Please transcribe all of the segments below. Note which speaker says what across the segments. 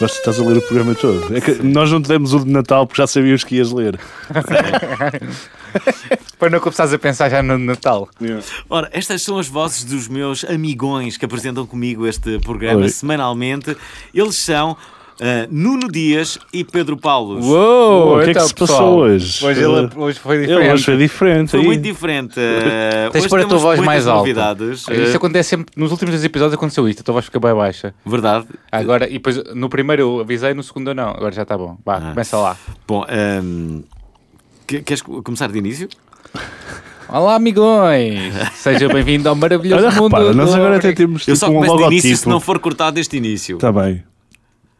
Speaker 1: Gosto que estás a ler o programa todo. É que nós não te demos o de Natal porque já sabíamos que ias ler.
Speaker 2: Para não começares a pensar já no Natal.
Speaker 3: Ora, estas são as vozes dos meus amigões que apresentam comigo este programa
Speaker 1: Oi.
Speaker 3: semanalmente. Eles são ah, Nuno Dias e Pedro Paulos.
Speaker 2: Uou!
Speaker 1: o que é que
Speaker 3: então,
Speaker 1: se passou hoje?
Speaker 2: Hoje,
Speaker 3: é-
Speaker 2: ele, hoje foi
Speaker 1: Ele
Speaker 2: diferente.
Speaker 1: hoje foi é diferente.
Speaker 3: Foi
Speaker 1: aí.
Speaker 3: muito diferente. Ah,
Speaker 2: Tens
Speaker 3: hoje
Speaker 2: de pôr a tua
Speaker 3: temos
Speaker 2: voz
Speaker 3: muitas
Speaker 2: mais alta. é
Speaker 3: novidades. Ah,
Speaker 2: Isso acontece sempre. Nos últimos dois episódios aconteceu isto. A tua voz fica bem baixa.
Speaker 3: Verdade.
Speaker 2: Agora, e depois no primeiro eu avisei, no segundo eu não. Agora já está bom. Vá,
Speaker 3: Ah.
Speaker 2: começa lá.
Speaker 3: Bom, ahm, que- queres começar de início?
Speaker 2: Olá, amigões! Seja bem-vindo ao maravilhoso
Speaker 1: Olha,
Speaker 2: mundo.
Speaker 1: repara, nós
Speaker 2: do-
Speaker 1: agora até temos
Speaker 3: Eu
Speaker 1: tipo,
Speaker 3: só
Speaker 1: um
Speaker 3: começo de
Speaker 1: logotipo.
Speaker 3: início se não for cortado este início.
Speaker 1: Tá bem.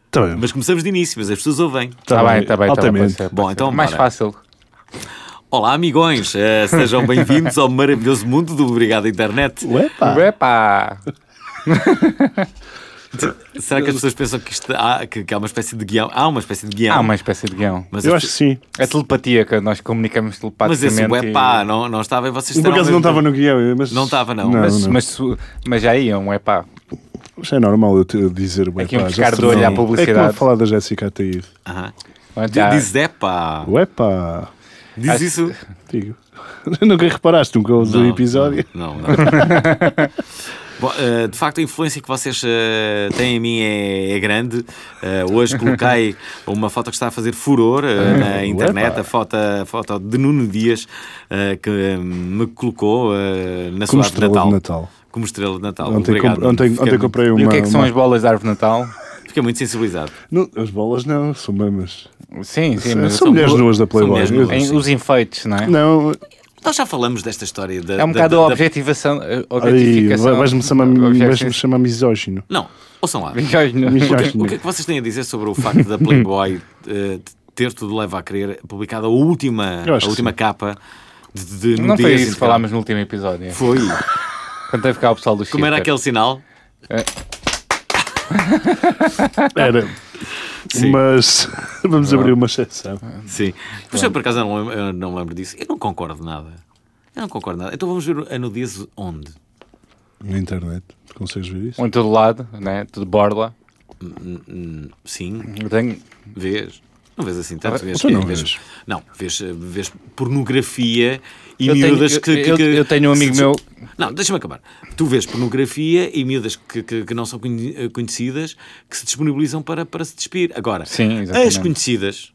Speaker 1: Tá bem.
Speaker 3: Mas começamos de início, mas as pessoas ouvem.
Speaker 1: tá
Speaker 2: Tá bem, tá bem, tá bem. pode
Speaker 1: Altamente.
Speaker 2: ser, pode
Speaker 3: Bom,
Speaker 2: ser.
Speaker 3: então,
Speaker 2: Mais
Speaker 3: bora.
Speaker 2: fácil.
Speaker 3: Olá, amigões. Ah, sejam bem-vindos ao maravilhoso mundo do Obrigado Internet.
Speaker 2: é
Speaker 1: Uepa.
Speaker 2: Epá!
Speaker 3: Será que as pessoas pensam que, isto há, que, que há uma espécie de guião? Há uma espécie de guião.
Speaker 2: Há uma espécie de guião.
Speaker 3: Mas
Speaker 1: Eu
Speaker 3: as
Speaker 1: acho que sim.
Speaker 2: É telepatia que nós comunicamos
Speaker 3: Mas
Speaker 2: telepaticamente.
Speaker 3: esse
Speaker 2: e-
Speaker 3: epá, não, não estava em vocês
Speaker 1: Por acaso não
Speaker 3: terão
Speaker 1: estava
Speaker 3: mesmo-
Speaker 1: no guião, mas.
Speaker 3: Não estava, não.
Speaker 1: Não.
Speaker 2: Mas, mas, su- mas já ia um epá.
Speaker 1: Mas é normal eu, te- eu dizer uepa.
Speaker 2: Aqui um
Speaker 1: já se
Speaker 2: piscar de
Speaker 1: tornou-
Speaker 2: olho à
Speaker 1: É como a
Speaker 2: publicidade.
Speaker 1: falar da Jéssica Ataíde.
Speaker 3: Aham.
Speaker 2: Mas
Speaker 3: Di-
Speaker 2: já-
Speaker 3: Diz epá.
Speaker 1: Uepa.
Speaker 3: Diz
Speaker 2: Acho-
Speaker 3: isso.
Speaker 1: Digo. Nunca reparaste nunca ouves o episódio.
Speaker 3: Não, não. Bom, eh, de facto, a influência que vocês eh, têm em mim é, é grande. Eh, hoje coloquei uma foto que está a fazer furor eh, na internet, a foto, a foto de Nuno Dias, eh, que eh, me colocou eh, na
Speaker 1: Como
Speaker 3: sua árvore
Speaker 1: estrela
Speaker 3: de Natal.
Speaker 1: de Natal.
Speaker 3: Como estrela de Natal.
Speaker 1: Ontem,
Speaker 3: Obrigado.
Speaker 1: comp- ontem,
Speaker 3: fiquei,
Speaker 1: ontem comprei uma.
Speaker 2: E o que é que são
Speaker 1: uma-
Speaker 2: as bolas da árvore de Natal?
Speaker 3: fiquei muito sensibilizado.
Speaker 1: Não, as bolas não, são mamas.
Speaker 2: Sim, sim.
Speaker 3: É,
Speaker 1: São,
Speaker 2: Mas
Speaker 1: são mulheres nuas da Playboy.
Speaker 3: mulheres nuas.
Speaker 2: Em- os enfeites, não é?
Speaker 1: Não,
Speaker 3: Nós já falamos desta história da.
Speaker 2: É um
Speaker 3: da-
Speaker 2: bocado a
Speaker 3: da- da-
Speaker 2: objetivação. a
Speaker 1: aí
Speaker 2: Objetificação.
Speaker 1: vais-me chamar,
Speaker 2: Objeto-
Speaker 1: vais chamar misógino.
Speaker 3: Não, ouçam lá.
Speaker 2: Misógino.
Speaker 3: é O que é que vocês têm a dizer sobre o facto da Playboy eh, ter tudo leva a crer publicada a última,
Speaker 1: Eu acho
Speaker 3: a
Speaker 1: que
Speaker 3: última
Speaker 1: sim.
Speaker 3: capa de, de, no
Speaker 2: Não
Speaker 3: dia
Speaker 2: foi isso que
Speaker 3: seguinte?
Speaker 2: falámos no último episódio.
Speaker 3: Foi.
Speaker 2: Quando teve cá o pessoal do
Speaker 3: Como era
Speaker 2: Shifter.
Speaker 3: aquele sinal?
Speaker 1: Era.
Speaker 3: Sim.
Speaker 1: Mas vamos abrir uma exceção.
Speaker 3: Sim. Mas eu por acaso eu não, lembro, eu não lembro disso. Eu não concordo nada. Eu não concordo nada. Então vamos ver a nudez onde?
Speaker 1: Na internet, consegues ver isso?
Speaker 2: Um todo lado, né? Tudo borla.
Speaker 3: Hum, Sim,
Speaker 2: Eu tenho-
Speaker 3: vês. Não vês assim
Speaker 2: Ah,
Speaker 3: tanto. Vês,
Speaker 2: então
Speaker 1: tu não vês.
Speaker 3: Não, vês, eh, vês pornografia e
Speaker 2: eu tenho-
Speaker 3: miúdas que, que-
Speaker 2: eu-
Speaker 3: que-
Speaker 2: eu tenho um amigo
Speaker 3: se-
Speaker 2: meu
Speaker 3: Não, deixa-me acabar. Tu vês pornografia e miúdas que, que, que não são conhe- eh, conhecidas que se disponibilizam para, para se Ah, despir. Agora,
Speaker 2: Sim,
Speaker 3: as
Speaker 2: exatamente.
Speaker 3: conhecidas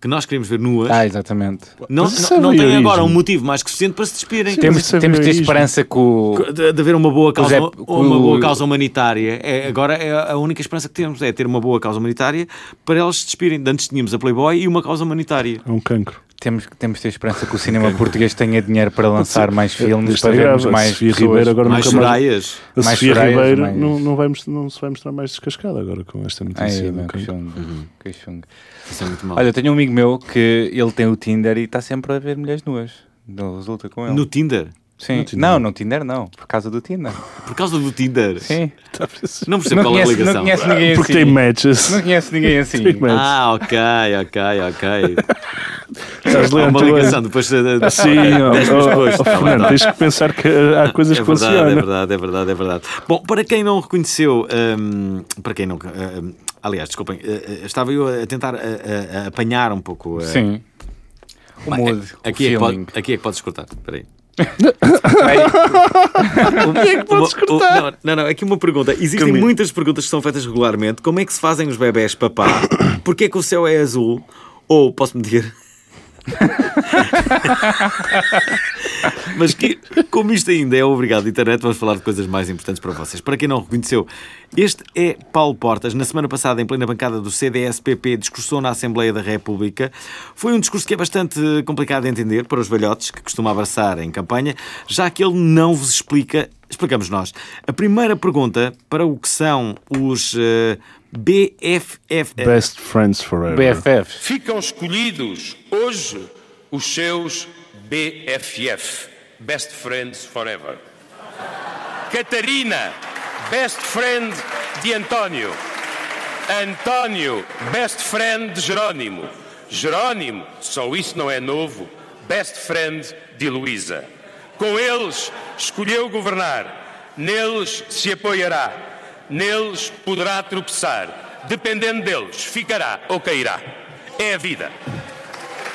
Speaker 3: que nós queremos ver nuas
Speaker 2: Ah, exatamente.
Speaker 3: não,
Speaker 1: Mas isso
Speaker 3: não,
Speaker 1: é
Speaker 3: não têm
Speaker 1: voyeurismo.
Speaker 3: agora um motivo mais que suficiente para se despirem.
Speaker 1: Sim.
Speaker 2: Temos,
Speaker 1: isso é
Speaker 2: temos de ter
Speaker 1: verismo.
Speaker 2: esperança que o.
Speaker 3: De, de haver uma boa causa,
Speaker 2: Zé-
Speaker 3: uma
Speaker 2: é o-
Speaker 3: boa causa humanitária. É, agora é a única esperança que temos é ter uma boa causa humanitária para elas se despirem. De Antes tínhamos a Playboy e uma causa humanitária.
Speaker 1: É um cancro.
Speaker 2: Temos, temos de ter esperança que o cinema português tenha dinheiro para lançar mais filmes,
Speaker 1: Isto
Speaker 2: para
Speaker 1: é
Speaker 2: vermos
Speaker 1: grave. A
Speaker 2: mais
Speaker 1: Sofia
Speaker 2: pessoas.
Speaker 1: Ribeiro agora
Speaker 3: Mais
Speaker 1: nunca mais-
Speaker 3: Soraias.
Speaker 1: A
Speaker 2: Mais
Speaker 1: Sofia
Speaker 2: Soraias,
Speaker 1: Ribeiro
Speaker 2: mais-
Speaker 1: não, não, vai mostrar- não se vai mostrar mais descascada agora com esta notícia.
Speaker 2: Ai,
Speaker 1: do
Speaker 2: meu,
Speaker 1: cancro.
Speaker 2: que chungo,
Speaker 3: Uhum.
Speaker 2: que chungo.
Speaker 3: Isso é muito mal.
Speaker 2: Olha, eu tenho um amigo meu que ele tem o Tinder e está sempre a ver mulheres nuas. Não resulta com ele.
Speaker 3: no Tinder.
Speaker 2: Sim.
Speaker 1: no Tinder.
Speaker 2: Não, no Tinder não. Por causa do Tinder.
Speaker 3: Por causa do Tinder.
Speaker 2: Sim.
Speaker 3: Tá Não percebo
Speaker 2: Não
Speaker 3: qual é a
Speaker 2: conhece,
Speaker 3: ligação.
Speaker 2: não conhece ninguém
Speaker 1: Porque tem
Speaker 2: assim.
Speaker 1: matches.
Speaker 2: Não conhece ninguém assim.
Speaker 1: Tem matches.
Speaker 3: Ah, ok, ok, ok.
Speaker 1: Estás
Speaker 3: Há uma
Speaker 1: lento,
Speaker 3: ligação depois de, de,
Speaker 1: Sim, ó,
Speaker 3: dez minutos
Speaker 1: ó,
Speaker 3: depois.
Speaker 1: ó,
Speaker 3: Tá bem, tá
Speaker 1: Fernando,
Speaker 3: bem.
Speaker 1: tens que pensar que eh, há coisas
Speaker 3: É
Speaker 1: que
Speaker 3: verdade, é
Speaker 1: funcionam.
Speaker 3: verdade, é verdade, é verdade. Bom, para quem não reconheceu, hum, para quem não. hum, aliás, desculpem, eh, eh, estava eu a tentar eh, eh, a apanhar um pouco. eh,
Speaker 2: Sim. O
Speaker 3: bem,
Speaker 2: mood, o
Speaker 3: eh, aqui, é que
Speaker 2: feeling.
Speaker 3: pode, aqui é que podes cortar, espera aí.
Speaker 1: Onde é que podes
Speaker 3: Uma- o-
Speaker 1: cortar?
Speaker 3: não, não, não, aqui uma pergunta. Existem
Speaker 1: Caminho.
Speaker 3: muitas perguntas que são feitas regularmente. Como é que se fazem os bebés papá? Porquê é que o céu é azul? Ou, posso-me dizer... Mas que, como isto ainda é obrigado à internet, vamos falar de coisas mais importantes para vocês. Para quem não reconheceu, este é Paulo Portas. Na semana passada, em plena bancada do CDS-PP, discursou na Assembleia da República. Foi um discurso que é bastante complicado de entender para os velhotes que costuma abraçar em campanha, já que ele não vos explica, explicamos nós. A primeira pergunta para o que são os eh, BFF...
Speaker 1: Best friends forever.
Speaker 2: BFFs.
Speaker 4: Ficam escolhidos hoje os seus BFF, Best Friends Forever. Catarina, Best Friend de António. António, Best Friend de Jerónimo. Jerónimo, só isso não é novo, Best Friend de Luísa. Com eles escolheu governar, neles se apoiará, neles poderá tropeçar, dependendo deles, ficará ou cairá. É a vida.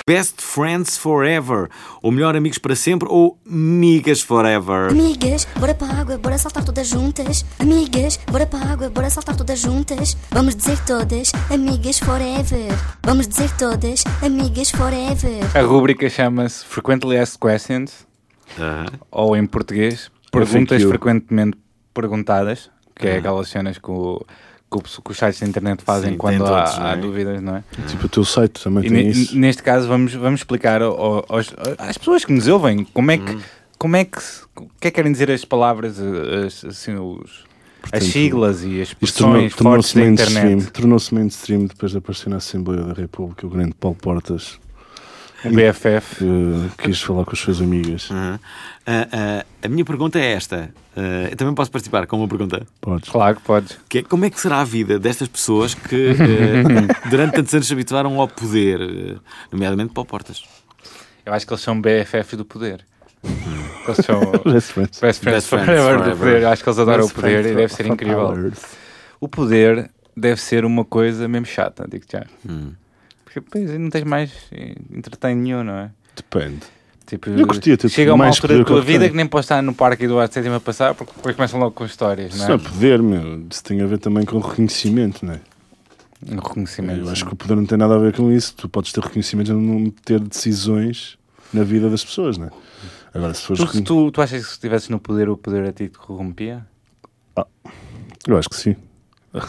Speaker 3: Best Friends Forever, ou melhor, amigos para sempre, ou migas forever.
Speaker 5: Amigas, bora para a água, bora saltar todas juntas. Amigas, bora para a água, bora saltar todas juntas. Vamos dizer todas, amigas forever. Vamos dizer todas, amigas forever.
Speaker 2: A rúbrica chama-se Frequently Asked Questions,
Speaker 3: Aham.
Speaker 2: ou em português, perguntas
Speaker 1: FAQ.
Speaker 2: frequentemente perguntadas, que é aquelas cenas que, o, que, o- que os sites da internet fazem
Speaker 3: Sim,
Speaker 2: quando
Speaker 3: tem
Speaker 2: há,
Speaker 3: todos, não é?
Speaker 2: há dúvidas, não é?
Speaker 1: Tipo, o teu site também
Speaker 2: E
Speaker 1: tem
Speaker 2: ne-
Speaker 1: isso.
Speaker 2: neste caso vamos, vamos explicar ao- ao- aos- às pessoas que nos ouvem como é
Speaker 3: Uhum.
Speaker 2: que, como é que, se- o que é que querem dizer as palavras, as, assim, os, as siglas e as
Speaker 1: Isto tornou-
Speaker 2: expressões fortes
Speaker 1: tornou-se
Speaker 2: da
Speaker 1: mainstream.
Speaker 2: internet.
Speaker 1: Tornou-se mainstream depois de aparecer na Assembleia da República o grande Paulo Portas
Speaker 2: O
Speaker 1: Uhum.
Speaker 2: BFF.
Speaker 1: que quis falar com as suas amigas.
Speaker 3: Aham. Ah, ah, a minha pergunta é esta. Ah, eu também posso participar com uma pergunta.
Speaker 1: Podes.
Speaker 2: Claro que podes.
Speaker 3: Que é, como é que será a vida destas pessoas que eh, durante tantos anos se habituaram ao poder, eh, nomeadamente para o Portas?
Speaker 2: Eu acho que eles são BFF do poder.
Speaker 1: Uhum.
Speaker 2: Eles são
Speaker 1: Best friends.
Speaker 2: best friends
Speaker 3: Best friends
Speaker 2: forever do
Speaker 3: forever.
Speaker 2: poder. Eu acho que eles adoram
Speaker 1: Best
Speaker 2: o poder
Speaker 1: friends
Speaker 2: e deve ser
Speaker 1: for-
Speaker 2: incrível.
Speaker 1: forever.
Speaker 2: O poder deve ser uma coisa mesmo chata, digo já.
Speaker 3: Hum.
Speaker 2: Porque depois não tens mais eh, entretém nenhum, não é?
Speaker 1: Depende.
Speaker 2: Tipo,
Speaker 1: Eu curtia ter
Speaker 2: chega a uma
Speaker 1: mais
Speaker 2: altura da
Speaker 1: poder que
Speaker 2: tua
Speaker 1: eu tenho.
Speaker 2: vida que nem podes estar no parque do Arte Sétima a passar porque depois começam logo com histórias,
Speaker 1: Isso
Speaker 2: não
Speaker 1: não é
Speaker 2: é?
Speaker 1: poder, meu. Isso tem a ver também com reconhecimento, não é?
Speaker 2: Um reconhecimento.
Speaker 1: Eu acho que o poder não tem nada a ver com isso. Tu podes ter reconhecimento e não ter decisões na vida das pessoas, não é? Agora, se fores.
Speaker 2: Tu, se
Speaker 1: recon-
Speaker 2: tu, tu achas que se estivesses no poder, o poder a ti te corrompia?
Speaker 1: Eu acho que sim.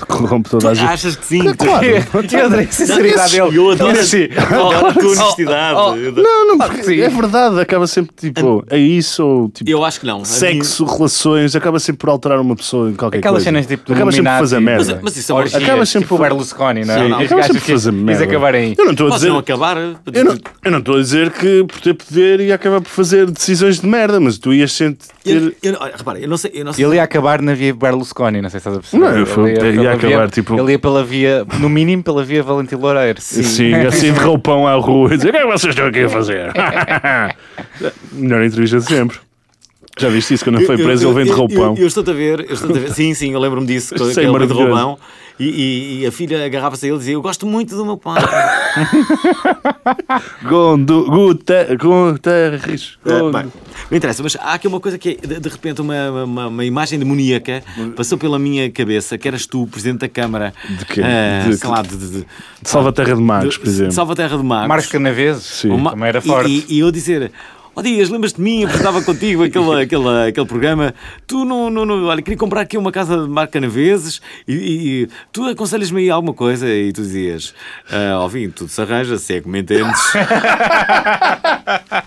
Speaker 1: Corrompe toda a gente.
Speaker 3: Achas que sim?
Speaker 2: é? Eu adorei a sinceridade dele.
Speaker 3: Eu adoro a tua honestidade.
Speaker 1: Oh, Não, não, porque é verdade. Acaba sempre tipo. É isso ou tipo.
Speaker 3: Eu acho que não. A
Speaker 1: Sexo, relações, acaba sempre por alterar uma pessoa em qualquer
Speaker 2: Aquelas
Speaker 1: coisa.
Speaker 2: cenas tipo do
Speaker 1: Acaba sempre por
Speaker 2: Illuminati.
Speaker 1: fazer merda.
Speaker 3: Mas- mas isso é orgias,
Speaker 2: Acaba sempre
Speaker 1: tipo
Speaker 2: por Berlusconi, não é?
Speaker 1: Sim,
Speaker 2: Os
Speaker 1: acaba
Speaker 2: gajos
Speaker 1: sempre por
Speaker 2: que
Speaker 1: fazer
Speaker 2: quis
Speaker 1: merda.
Speaker 2: acabar aí.
Speaker 1: Eu não estou a
Speaker 3: Podes
Speaker 1: dizer.
Speaker 3: não acabar.
Speaker 1: Eu não, eu não estou a dizer que por ter poder ia acabar por fazer decisões de merda, mas tu ias sempre
Speaker 3: Eu-
Speaker 1: ter.
Speaker 3: eu não- olha, repara, eu não sei. Eu não sei
Speaker 2: Ele ia acabar na via Berlusconi, não sei se estás a perceber.
Speaker 1: Não, eu fui- ia
Speaker 2: ele pela
Speaker 1: acabar,
Speaker 2: via,
Speaker 1: tipo-
Speaker 2: Ele ia pela via, no mínimo pela via Valentim Loureiro.
Speaker 1: Sim, assim de roupão à rua e dizer o que é que vocês estão aqui a fazer? Melhor entrevista de sempre. Já viste isso? Quando ele foi
Speaker 3: Eu-
Speaker 1: preso,
Speaker 3: eu-
Speaker 1: ele vem de
Speaker 3: eu-
Speaker 1: roupão.
Speaker 3: Eu, eu estou-te a ver, eu estou-te a ver. Sim, sim, eu lembro-me disso, que,
Speaker 1: Isso
Speaker 3: que
Speaker 1: é
Speaker 3: ele veio de
Speaker 1: maravilhoso.
Speaker 3: roupão. E, e- e a filha agarrava-se a ele e dizia: Eu gosto muito do meu pai.
Speaker 1: Gondo, Guta, Guterres.
Speaker 3: Eh,
Speaker 1: Gondo.
Speaker 3: bem, não interessa, mas há aqui uma coisa que é, de, de repente, uma, uma, uma imagem demoníaca passou pela minha cabeça, que eras tu, Presidente da Câmara.
Speaker 1: De quê?
Speaker 3: eh,
Speaker 1: De-
Speaker 3: sei lá, de, de, de-
Speaker 1: Salva a Terra de Magos, por
Speaker 3: de-
Speaker 1: exemplo.
Speaker 3: de Salva Terra do Mar.
Speaker 2: Marcos Canaveses
Speaker 1: Sim.
Speaker 3: Ma-
Speaker 2: também era
Speaker 3: e-
Speaker 2: forte.
Speaker 3: E, e eu dizer. Ó Dias, lembras-te de mim? Eu apresentava contigo aquele, aquele, aquele programa. Tu não, não, não. Olha, queria comprar aqui uma casa de marca Canaveses e, e- e tu aconselhas-me aí alguma coisa? E tu dizias: ah, Ó Vinho, tudo se arranja, se é que me entendes.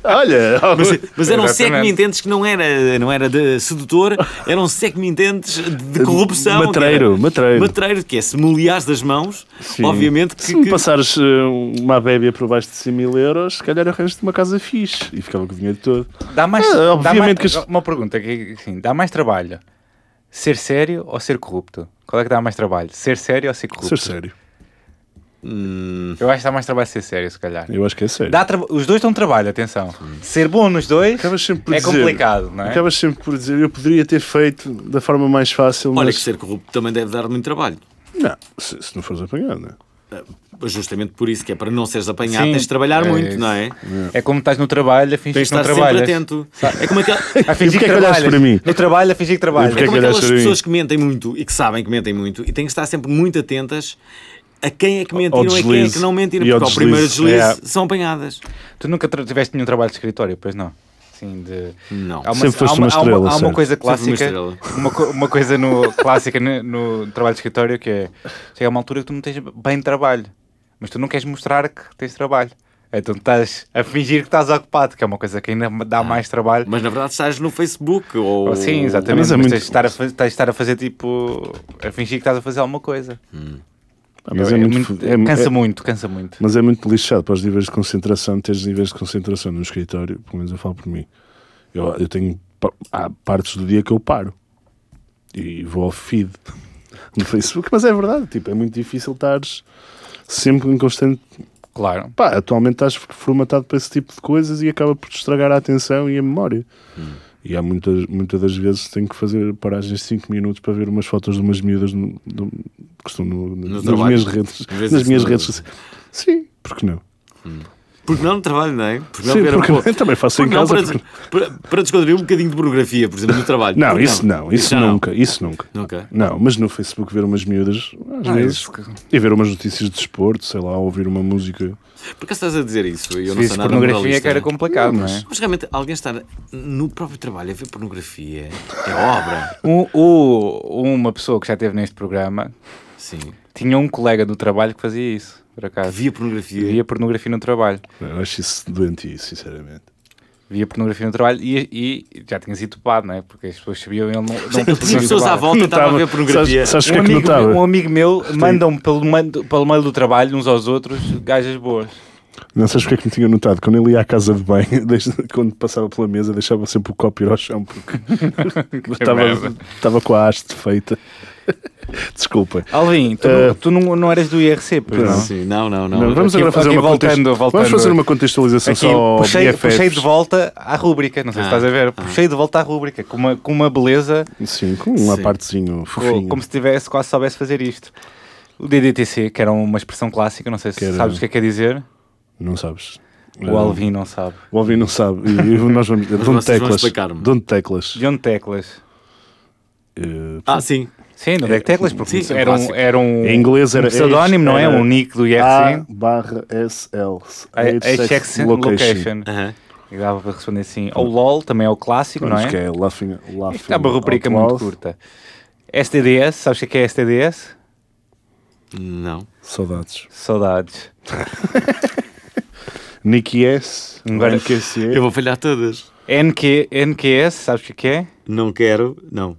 Speaker 1: Olha,
Speaker 3: Mas, mas era um
Speaker 2: Exatamente.
Speaker 3: sec me ententes que não era, não era de sedutor, era um sec me ententes de corrupção.
Speaker 1: Matreiro,
Speaker 3: que era-
Speaker 1: matreiro.
Speaker 3: Matreiro, que é se me liares das mãos,
Speaker 1: Sim.
Speaker 3: obviamente que.
Speaker 1: se me
Speaker 3: que-
Speaker 1: passares eh, uma bébia por baixo de 100 mil euros, se calhar arranjas-te uma casa fixe e ficava com o dinheiro todo.
Speaker 2: Dá mais,
Speaker 1: Ah,
Speaker 2: dá
Speaker 1: obviamente
Speaker 2: mais-
Speaker 1: que as-
Speaker 2: Uma pergunta, que, assim, dá mais trabalho ser sério ou ser corrupto? Qual é que dá mais trabalho? Ser sério ou ser corrupto?
Speaker 1: Ser sério,
Speaker 2: Eu acho que dá mais trabalho ser sério, se calhar.
Speaker 1: eu acho que é sério.
Speaker 2: Dá tra- Os dois dão trabalho, atenção. Ser bom nos dois
Speaker 1: Acabas sempre por
Speaker 2: é
Speaker 1: dizer-
Speaker 2: complicado, não é?
Speaker 1: Acabas sempre por dizer, eu poderia ter feito da forma mais fácil,
Speaker 3: Olha,
Speaker 1: mas
Speaker 3: que ser corrupto também deve dar muito trabalho.
Speaker 1: não, se, se não fores apanhado, não é?
Speaker 3: Justamente por isso, que é para não seres apanhado,
Speaker 2: Sim,
Speaker 3: tens de trabalhar
Speaker 2: é
Speaker 3: muito,
Speaker 2: isso.
Speaker 3: não é?
Speaker 2: É como estás no trabalho a fingir
Speaker 3: Tens de
Speaker 2: que não
Speaker 3: estar sempre
Speaker 2: trabalhas.
Speaker 3: atento. É como aquela-
Speaker 2: A fingir
Speaker 1: E porquê
Speaker 2: que
Speaker 1: é que olhaste
Speaker 2: trabalhas.
Speaker 1: para mim?
Speaker 2: No trabalho a fingir
Speaker 1: E
Speaker 2: que trabalhas.
Speaker 1: porquê
Speaker 3: É
Speaker 1: é
Speaker 3: como
Speaker 1: que olhaste
Speaker 3: aquelas
Speaker 1: para mim?
Speaker 3: pessoas que mentem muito e que sabem que mentem muito e têm que estar sempre muito atentas a quem é que mentiram e a quem é
Speaker 1: deslize.
Speaker 3: que não mentiram,
Speaker 1: E ao
Speaker 3: porque ao primeiro
Speaker 1: deslize.
Speaker 3: deslize
Speaker 1: É.
Speaker 3: são apanhadas.
Speaker 2: Tu nunca tra- tiveste nenhum trabalho de escritório, pois não? Assim, de...
Speaker 3: Não.
Speaker 2: Há uma,
Speaker 1: Sempre foste
Speaker 2: há uma,
Speaker 1: uma
Speaker 2: há uma-
Speaker 1: estrela,
Speaker 2: há uma
Speaker 1: certo?
Speaker 2: coisa
Speaker 3: Sempre uma
Speaker 2: clássica, uma,
Speaker 3: estrela.
Speaker 2: co- uma coisa no, clássica no, no trabalho de escritório que é chega a uma altura que tu não tens bem trabalho, mas tu não queres mostrar que tens trabalho. Então estás a fingir que estás ocupado, que é uma coisa que ainda dá mais trabalho.
Speaker 3: Ah. Mas na verdade estás no Facebook ou.
Speaker 2: Ou Sim, exatamente.
Speaker 1: Mas
Speaker 2: Mas
Speaker 1: é muito-
Speaker 2: tens, de estar a, fa- tens de estar a fazer tipo. a fingir que estás a fazer alguma coisa.
Speaker 1: Ah, Mas é muito, é-
Speaker 2: cansa
Speaker 1: é-
Speaker 2: muito, cansa muito.
Speaker 1: mas é muito lixado para os níveis de concentração, teres níveis de concentração no escritório, pelo menos eu falo por mim. Eu, eu tenho pa- há partes do dia que eu paro e vou ao feed no Facebook, mas é verdade, tipo, é muito difícil estares sempre em constante.
Speaker 2: Claro.
Speaker 1: Pá, atualmente estás formatado para esse tipo de coisas e acaba por te estragar a atenção e a memória. E há muitas, muitas das vezes tenho que fazer paragens de 5 minutos para ver umas fotos de umas miúdas no, no, que estão no- nas
Speaker 3: trabalho.
Speaker 1: minhas redes.
Speaker 3: Às vezes
Speaker 1: Nas
Speaker 3: isso
Speaker 1: minhas
Speaker 3: não-
Speaker 1: redes sociais. Sim, porque não?
Speaker 3: Porque não no trabalho, não é? Porque
Speaker 1: Sim,
Speaker 3: ver a
Speaker 1: porque
Speaker 3: po-
Speaker 1: eu também faço em
Speaker 3: Porque não,
Speaker 1: casa,
Speaker 3: Para, para, para descontrair um bocadinho de pornografia, por exemplo, no trabalho.
Speaker 1: Não,
Speaker 3: Porque
Speaker 1: isso não, isso
Speaker 3: já
Speaker 1: nunca, isso nunca.
Speaker 3: Nunca.
Speaker 1: Não, mas no Facebook ver umas miúdas, às
Speaker 2: Ah,
Speaker 1: vezes,
Speaker 2: isso que-
Speaker 1: e ver umas notícias de desporto, sei lá, ouvir uma música.
Speaker 3: Por que estás a dizer isso? E Eu
Speaker 2: Se
Speaker 3: não sei
Speaker 2: visse
Speaker 3: nada
Speaker 2: pornografia
Speaker 3: moralista.
Speaker 2: que era complicado, não, é?
Speaker 3: Mas realmente, alguém estar no próprio trabalho a ver pornografia é obra.
Speaker 2: Um- o- uma pessoa que já esteve neste programa
Speaker 3: Sim.
Speaker 2: tinha um colega do trabalho que fazia isso, por acaso.
Speaker 3: Via pornografia.
Speaker 2: Via pornografia no trabalho.
Speaker 1: Eu acho isso doentio, sinceramente.
Speaker 2: Via pornografia no trabalho e, e já tinha sido topado, não é? Porque as pessoas sabiam ele não. não
Speaker 3: Sim,
Speaker 2: não
Speaker 3: tinha pessoas à
Speaker 2: trabalho.
Speaker 3: volta que estavam a ver
Speaker 1: Notava.
Speaker 3: pornografia.
Speaker 1: Sabes- sabes o que
Speaker 2: um,
Speaker 1: é que
Speaker 2: amigo,
Speaker 1: notava?
Speaker 2: um amigo meu mandam pelo, mando- pelo meio do trabalho uns aos outros gajas boas.
Speaker 1: Não sabes porque é que me tinha notado? Quando ele ia à casa de banho, deixa- quando passava pela mesa, deixava sempre o copo ir ao chão, porque estava,
Speaker 2: merda.
Speaker 1: estava com a haste feita. Desculpa.
Speaker 2: Alvin, tu,
Speaker 1: Eh,
Speaker 2: não, tu não, não eras do IRC, pois não?
Speaker 3: Sim, não, não, não.
Speaker 1: Não, vamos
Speaker 2: aqui-
Speaker 1: agora fazer
Speaker 2: aqui
Speaker 1: uma
Speaker 2: voltando,
Speaker 1: contexto-
Speaker 2: voltando.
Speaker 1: Vamos fazer uma contextualização
Speaker 2: Aqui,
Speaker 1: só ao
Speaker 2: puxei,
Speaker 1: BFFs.
Speaker 2: puxei de volta à rúbrica, não sei se
Speaker 3: Ah,
Speaker 2: estás a ver, puxei de volta à rúbrica, com uma, com uma beleza,
Speaker 1: Sim, com um
Speaker 3: Sim.
Speaker 1: apartezinho
Speaker 2: co-
Speaker 1: fofinho.
Speaker 2: como se tivesse, quase soubesse fazer isto. O DDTC, que era uma expressão clássica, não sei se
Speaker 1: Que era-
Speaker 2: sabes o que é que quer dizer,
Speaker 1: Não sabes.
Speaker 2: o Alvin não sabe.
Speaker 1: O Alvin não sabe. E e nós vamos.
Speaker 3: vocês vão
Speaker 1: Dom Teclas.
Speaker 3: explicar-me.
Speaker 1: Dom Teclas.
Speaker 2: De onde teclas?
Speaker 1: Eh,
Speaker 3: Ah, sim.
Speaker 2: Sim, não é teclas, porque
Speaker 3: Sim, é um
Speaker 2: era, um,
Speaker 3: clássico.
Speaker 2: era um,
Speaker 1: Em inglês era
Speaker 2: um pseudónimo, não é?
Speaker 1: era
Speaker 2: Um nick do
Speaker 1: A
Speaker 2: IRC.
Speaker 1: barra SL.
Speaker 2: HX Location.
Speaker 3: Aham.
Speaker 2: E dava para responder assim. Ou LOL também é o clássico, não
Speaker 1: Pronto,
Speaker 2: é?
Speaker 1: que é laughing, laughing
Speaker 2: Isto é uma rubrica
Speaker 1: out
Speaker 2: muito
Speaker 1: loud.
Speaker 2: curta. STDS, sabes o que é que é STDS?
Speaker 3: Não.
Speaker 1: Saudades.
Speaker 2: Saudades.
Speaker 1: Nicky S.
Speaker 2: Agora-
Speaker 3: Eu
Speaker 1: NQC.
Speaker 3: vou falhar todas.
Speaker 2: NQ, NQS, sabes o que é que é?
Speaker 3: Não quero, não.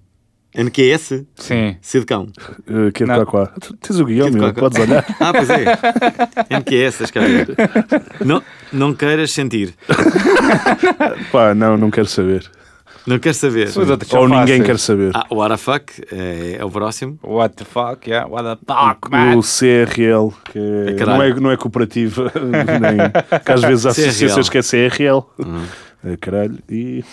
Speaker 3: NQS?
Speaker 2: Sim.
Speaker 3: C de cão.
Speaker 1: eh, Kid
Speaker 2: Não.
Speaker 1: Quaquá. Tu Tens o guião,
Speaker 3: Kid
Speaker 1: meu.
Speaker 3: Quaquá.
Speaker 1: Podes olhar.
Speaker 3: Ah, pois é. NQS, as caras. Não, não queiras sentir.
Speaker 1: Pá, não, não quero saber.
Speaker 3: Não queres saber.
Speaker 2: Os outros são
Speaker 1: Ou ninguém
Speaker 2: fáceis.
Speaker 1: quer saber.
Speaker 3: Ah, o Arafuck é, é o próximo.
Speaker 2: What the fuck, yeah? What the fuck, man?
Speaker 1: O CRL, que é-
Speaker 3: É, caralho.
Speaker 1: não, é, não é cooperativa, nem, que às vezes há
Speaker 3: CRL.
Speaker 1: associações que é CRL,
Speaker 2: Uhum.
Speaker 1: É, caralho, e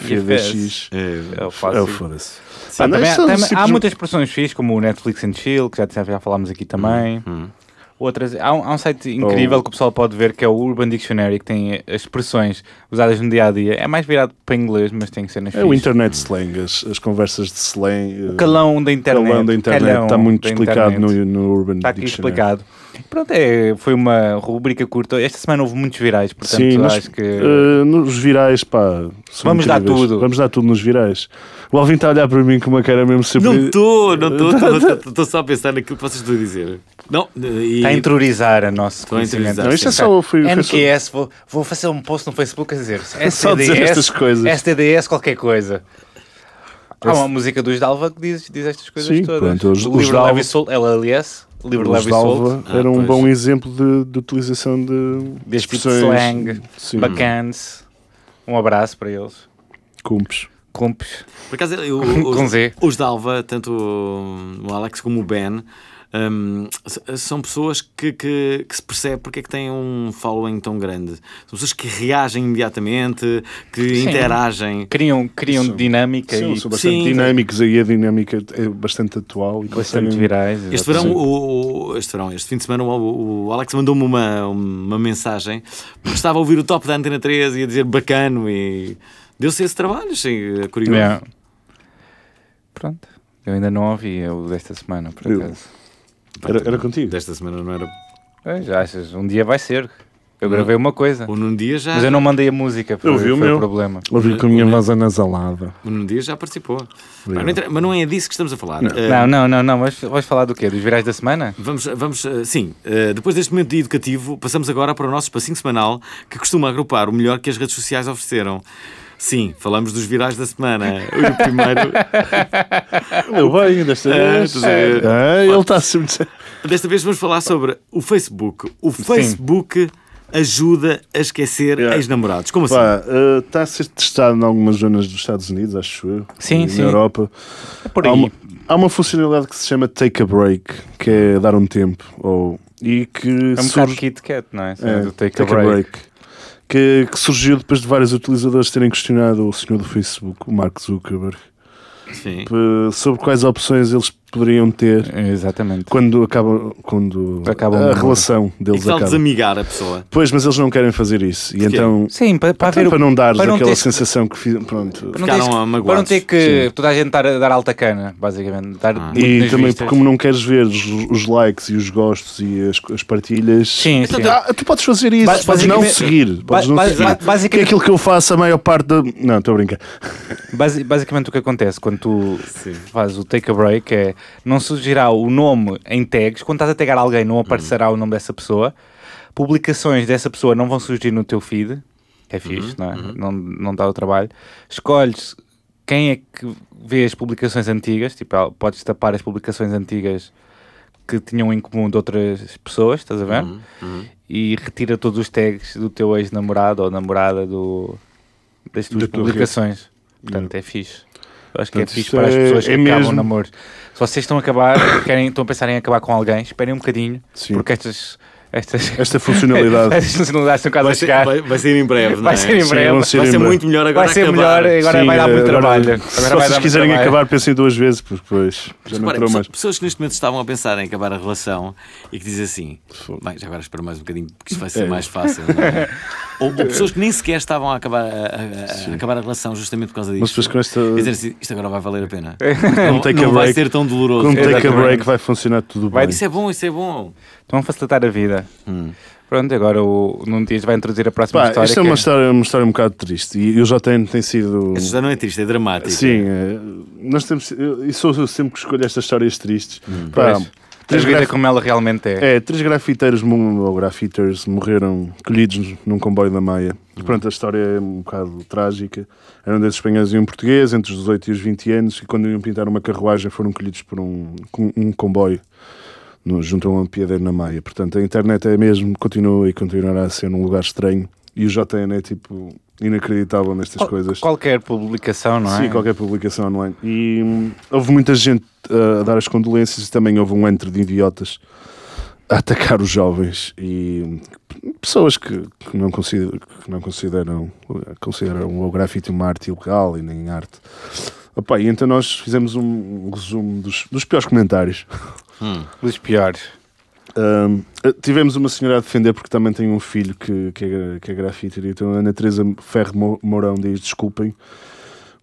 Speaker 1: FDX.
Speaker 3: É,
Speaker 2: É o
Speaker 1: Oh,
Speaker 2: fácil.
Speaker 1: foda-se.
Speaker 3: Sim,
Speaker 1: Ah, não,
Speaker 2: Também há-
Speaker 1: isto é um
Speaker 2: também há
Speaker 1: simples-
Speaker 2: muitas expressões fixas, como o Netflix and Chill, que já, já falámos aqui também.
Speaker 1: Hum,
Speaker 2: Outras, há, um, há um site incrível
Speaker 1: Ou-
Speaker 2: que o pessoal pode ver, que é o Urban Dictionary, que tem as expressões usadas no dia a dia. É mais virado para inglês, mas tem cenas
Speaker 1: É o
Speaker 2: fixas.
Speaker 1: internet slang, as, as conversas de slang.
Speaker 2: O calão da internet.
Speaker 1: calão da internet
Speaker 2: calão
Speaker 1: está muito
Speaker 2: da
Speaker 1: explicado
Speaker 2: internet.
Speaker 1: no, no Urban
Speaker 2: Está aqui
Speaker 1: Dictionary.
Speaker 2: explicado. Pronto, é, foi uma rubrica curta. Esta semana houve muitos virais, portanto
Speaker 1: Sim, nós,
Speaker 2: acho que.
Speaker 1: eh, nos virais, pá. são
Speaker 2: Vamos dar
Speaker 1: incríveis.
Speaker 2: tudo.
Speaker 1: Vamos dar tudo nos virais. O Alvin está a olhar para mim com uma cara mesmo sempre.
Speaker 3: Não estou, não estou. Estou só a pensar naquilo que vocês estão a dizer. Não, eh,
Speaker 2: Está
Speaker 3: e...
Speaker 2: Tá a interiorizar a nosso
Speaker 3: a
Speaker 2: conhecimento.
Speaker 3: interiorizar, Não,
Speaker 1: isto é sim. só- foi- foi só-
Speaker 2: NQS, vou, vou fazer um post no Facebook a dizer
Speaker 1: Só dizer
Speaker 2: STDS,
Speaker 1: estas coisas.
Speaker 2: STDS, qualquer coisa. Há uma música dos Dalva que diz, diz estas coisas
Speaker 1: Sim,
Speaker 2: todas.
Speaker 1: pronto, os-
Speaker 2: O
Speaker 1: os
Speaker 2: Livre
Speaker 1: Dalva-
Speaker 2: Leve e Sol, LLS, Livre
Speaker 1: Os
Speaker 2: Leve e Sol,
Speaker 1: Dalva era um
Speaker 3: pois.
Speaker 1: bom exemplo de, de utilização de
Speaker 2: deste tipo de
Speaker 1: expressões.
Speaker 2: slang,
Speaker 1: Sim,
Speaker 2: bacanas. Um abraço para eles.
Speaker 1: cumpes.
Speaker 2: Cumpes.
Speaker 3: Por acaso, eu, os,
Speaker 2: Com Z.
Speaker 3: os Dalva, tanto o Alex como o Ben, hum, s- são pessoas que, que- que se percebe porque é que têm um following tão grande. São pessoas que reagem imediatamente, que
Speaker 2: Sim.
Speaker 3: interagem.
Speaker 2: Criam, criam dinâmica
Speaker 1: São,
Speaker 2: e
Speaker 1: são bastante
Speaker 3: Sim.
Speaker 1: dinâmicos aí, a dinâmica é bastante atual. E
Speaker 2: bastante
Speaker 1: conseguem-
Speaker 2: virais.
Speaker 3: Este verão, o, o- este verão, este fim de semana, o, o Alex mandou-me uma, uma mensagem porque estava a ouvir o top da Antena 13 e a dizer bacano e deu-se esse trabalho, achei eh, curioso.
Speaker 2: Yeah. Pronto. Eu ainda não ouvi é o desta semana, por
Speaker 1: Eu-
Speaker 2: acaso.
Speaker 1: Era, era contigo.
Speaker 2: É,
Speaker 3: Desta semana não era.
Speaker 2: Ah, Já achas? Um dia vai ser. Eu gravei uma coisa.
Speaker 3: O Nuno Dias já,
Speaker 2: Mas eu não mandei a música,
Speaker 1: Eu vi
Speaker 2: foi
Speaker 1: o
Speaker 2: foi
Speaker 1: meu.
Speaker 2: o problema.
Speaker 1: Ouvi com a minha voz anasalada.
Speaker 3: o Nuno Dias já participou. Pá, não entra- mas não é disso que estamos a falar. Eh,
Speaker 2: Não, não, não, não. Mas vais falar do quê? Dos virais da semana?
Speaker 3: Vamos, vamos eh, sim, eh, depois deste momento de educativo, passamos agora para o nosso espacinho semanal que costuma agrupar o melhor que as redes sociais ofereceram. Sim, falamos dos virais da semana. O primeiro,
Speaker 1: Meu bem, desta
Speaker 2: É,
Speaker 1: vez.
Speaker 3: estás a ver?
Speaker 1: Ah, ele está sempre.
Speaker 3: desta vez vamos falar sobre o Facebook. O Facebook ajuda a esquecer
Speaker 1: Yeah.
Speaker 3: ex-namorados. Como assim?
Speaker 1: Pá, eh, está a ser testado em algumas zonas dos Estados Unidos, acho eu.
Speaker 2: Sim,
Speaker 1: e
Speaker 2: sim.
Speaker 1: Na Europa.
Speaker 2: por
Speaker 1: Há
Speaker 2: aí.
Speaker 1: uma, há uma funcionalidade que se chama Take a Break, que é dar um tempo. Ou, e que
Speaker 2: É um bocado Kit Kat, não é?
Speaker 1: É,
Speaker 2: Do take, a break.
Speaker 1: Que, que surgiu depois de vários utilizadores terem questionado o senhor do Facebook, o Mark Zuckerberg,
Speaker 3: Sim.
Speaker 1: p- sobre quais opções eles poderiam ter
Speaker 2: É, Exatamente.
Speaker 1: quando acaba, quando
Speaker 2: Acaba o
Speaker 1: a
Speaker 2: namoro.
Speaker 1: relação
Speaker 3: E
Speaker 1: deles
Speaker 3: que tal
Speaker 1: acaba.
Speaker 3: desamigar a pessoa?
Speaker 1: Pois, mas eles não querem fazer isso. E então,
Speaker 2: Sim, para, para
Speaker 1: para,
Speaker 2: haver o-
Speaker 1: não dar
Speaker 2: para não
Speaker 1: aquela
Speaker 2: teres-
Speaker 1: sensação que fiz, pronto.
Speaker 2: para não
Speaker 3: Ficaram
Speaker 2: teres-
Speaker 3: amagoados.
Speaker 2: Para não ter que toda a gente dar, dar alta cana, basicamente. Dar muito
Speaker 1: E
Speaker 2: nas
Speaker 1: também,
Speaker 2: vistas.
Speaker 1: como não queres ver os, os likes e os gostos e as, as partilhas,
Speaker 2: Sim, sim.
Speaker 1: Ah, tu podes fazer isso,
Speaker 2: Então, Ba-
Speaker 1: podes não
Speaker 2: basicamente-
Speaker 1: seguir. Podes não
Speaker 2: ba-
Speaker 1: seguir.
Speaker 2: ba-
Speaker 1: Que é
Speaker 2: basicamente-
Speaker 1: aquilo que eu faço a maior parte da. Não, estou a brincar.
Speaker 2: Basi- basicamente o que acontece quando tu fazes o take a break é não surgirá o nome em tags, quando estás a tagar alguém não aparecerá o nome dessa pessoa, publicações dessa pessoa não vão surgir no teu feed, é fixe, não, é? não não dá o trabalho, escolhes quem é que vê as publicações antigas, tipo, ah, podes tapar as publicações antigas que tinham em comum de outras pessoas, estás a ver? E retira todos os tags do teu ex-namorado ou namorada do, das tuas
Speaker 1: Da tua
Speaker 2: publicações. Portanto, é fixe. Eu acho que é
Speaker 1: Portanto,
Speaker 2: fixe
Speaker 1: isto
Speaker 2: para as
Speaker 1: é-
Speaker 2: pessoas que
Speaker 1: é
Speaker 2: acabam
Speaker 1: mesmo.
Speaker 2: namoros. Se vocês estão a acabar, querem, estão a pensar em acabar com alguém, esperem um bocadinho,
Speaker 1: Sim.
Speaker 2: porque estas, estas,
Speaker 1: Esta funcionalidade.
Speaker 2: estas funcionalidades estão quase a
Speaker 3: Vai ser,
Speaker 2: chegar.
Speaker 3: vai, vai ser em breve, não é?
Speaker 2: Vai ser em
Speaker 1: Sim,
Speaker 2: breve.
Speaker 1: vão
Speaker 2: Vai
Speaker 1: ser
Speaker 2: ser,
Speaker 3: Vai
Speaker 1: em
Speaker 3: ser
Speaker 1: breve.
Speaker 3: muito melhor agora acabar.
Speaker 2: melhor, agora
Speaker 1: Sim,
Speaker 2: vai dar muito
Speaker 1: agora-
Speaker 2: trabalho. Agora
Speaker 1: Se
Speaker 2: vai dar
Speaker 1: vocês
Speaker 2: muito
Speaker 1: quiserem
Speaker 2: trabalho.
Speaker 1: acabar, pensem duas vezes, porque depois já não
Speaker 3: Repara,
Speaker 1: terão
Speaker 3: pessoa-
Speaker 1: mais.
Speaker 3: pessoas, que neste momento estavam a pensar em acabar a relação e que dizem assim: bem, já agora espera mais um bocadinho porque isto vai ser mais fácil. não é? ou, ou pessoas que nem sequer estavam a acabar a, a- a- a acabar a relação justamente por causa disso.
Speaker 1: Mas depois com esta.
Speaker 3: Dizer assim, isto agora vai valer a pena.
Speaker 1: Com
Speaker 3: não
Speaker 1: take
Speaker 3: não
Speaker 1: a
Speaker 3: vai
Speaker 1: break-
Speaker 3: ser tão doloroso.
Speaker 1: Com take a
Speaker 2: Exatamente.
Speaker 1: break vai funcionar tudo
Speaker 2: Vai
Speaker 1: bem.
Speaker 3: Isso é bom, isso é bom.
Speaker 2: Estão a facilitar a vida. Pronto, e agora o Nuno Dias vai introduzir a próxima
Speaker 1: Pá,
Speaker 2: história.
Speaker 1: isto é
Speaker 2: que
Speaker 1: uma história, uma história um bocado triste. E eu já tenho, tem sido.
Speaker 3: Esta já não é triste, é dramático.
Speaker 1: Sim, é, nós temos. eu- E sou eu sempre que escolho estas histórias tristes. Pá,
Speaker 2: Hum. Pois. A
Speaker 1: três
Speaker 2: vida
Speaker 1: graf-
Speaker 2: como ela realmente é.
Speaker 1: É, três grafiteiros mo- ou grafiters morreram colhidos num comboio da Maia. Pronto, a história é um bocado trágica. Eram dois espanhóis e um português, entre os 18 e os 20 anos, e quando iam pintar uma carruagem foram colhidos por um, com- um comboio no, junto a um piadeiro na Maia. Portanto, a internet é mesmo, continua e continuará a ser um lugar estranho. E o JN é tipo inacreditável nestas
Speaker 2: Qual-
Speaker 1: coisas.
Speaker 2: Qualquer publicação, não é?
Speaker 1: Sim, qualquer publicação online. E hum, houve muita gente uh, a dar as condolências e também houve um entre de idiotas a atacar os jovens e hum, pessoas que, que não consideram, que não consideram, consideram o grafite uma arte ilegal e nem arte. Opa, e então nós fizemos um resumo dos, dos piores comentários.
Speaker 2: Dos piores.
Speaker 1: Hum, tivemos uma senhora a defender porque também tem um filho que, que, é, que é grafiteiro. Então a Ana Teresa Ferro Mo- Mourão diz: desculpem,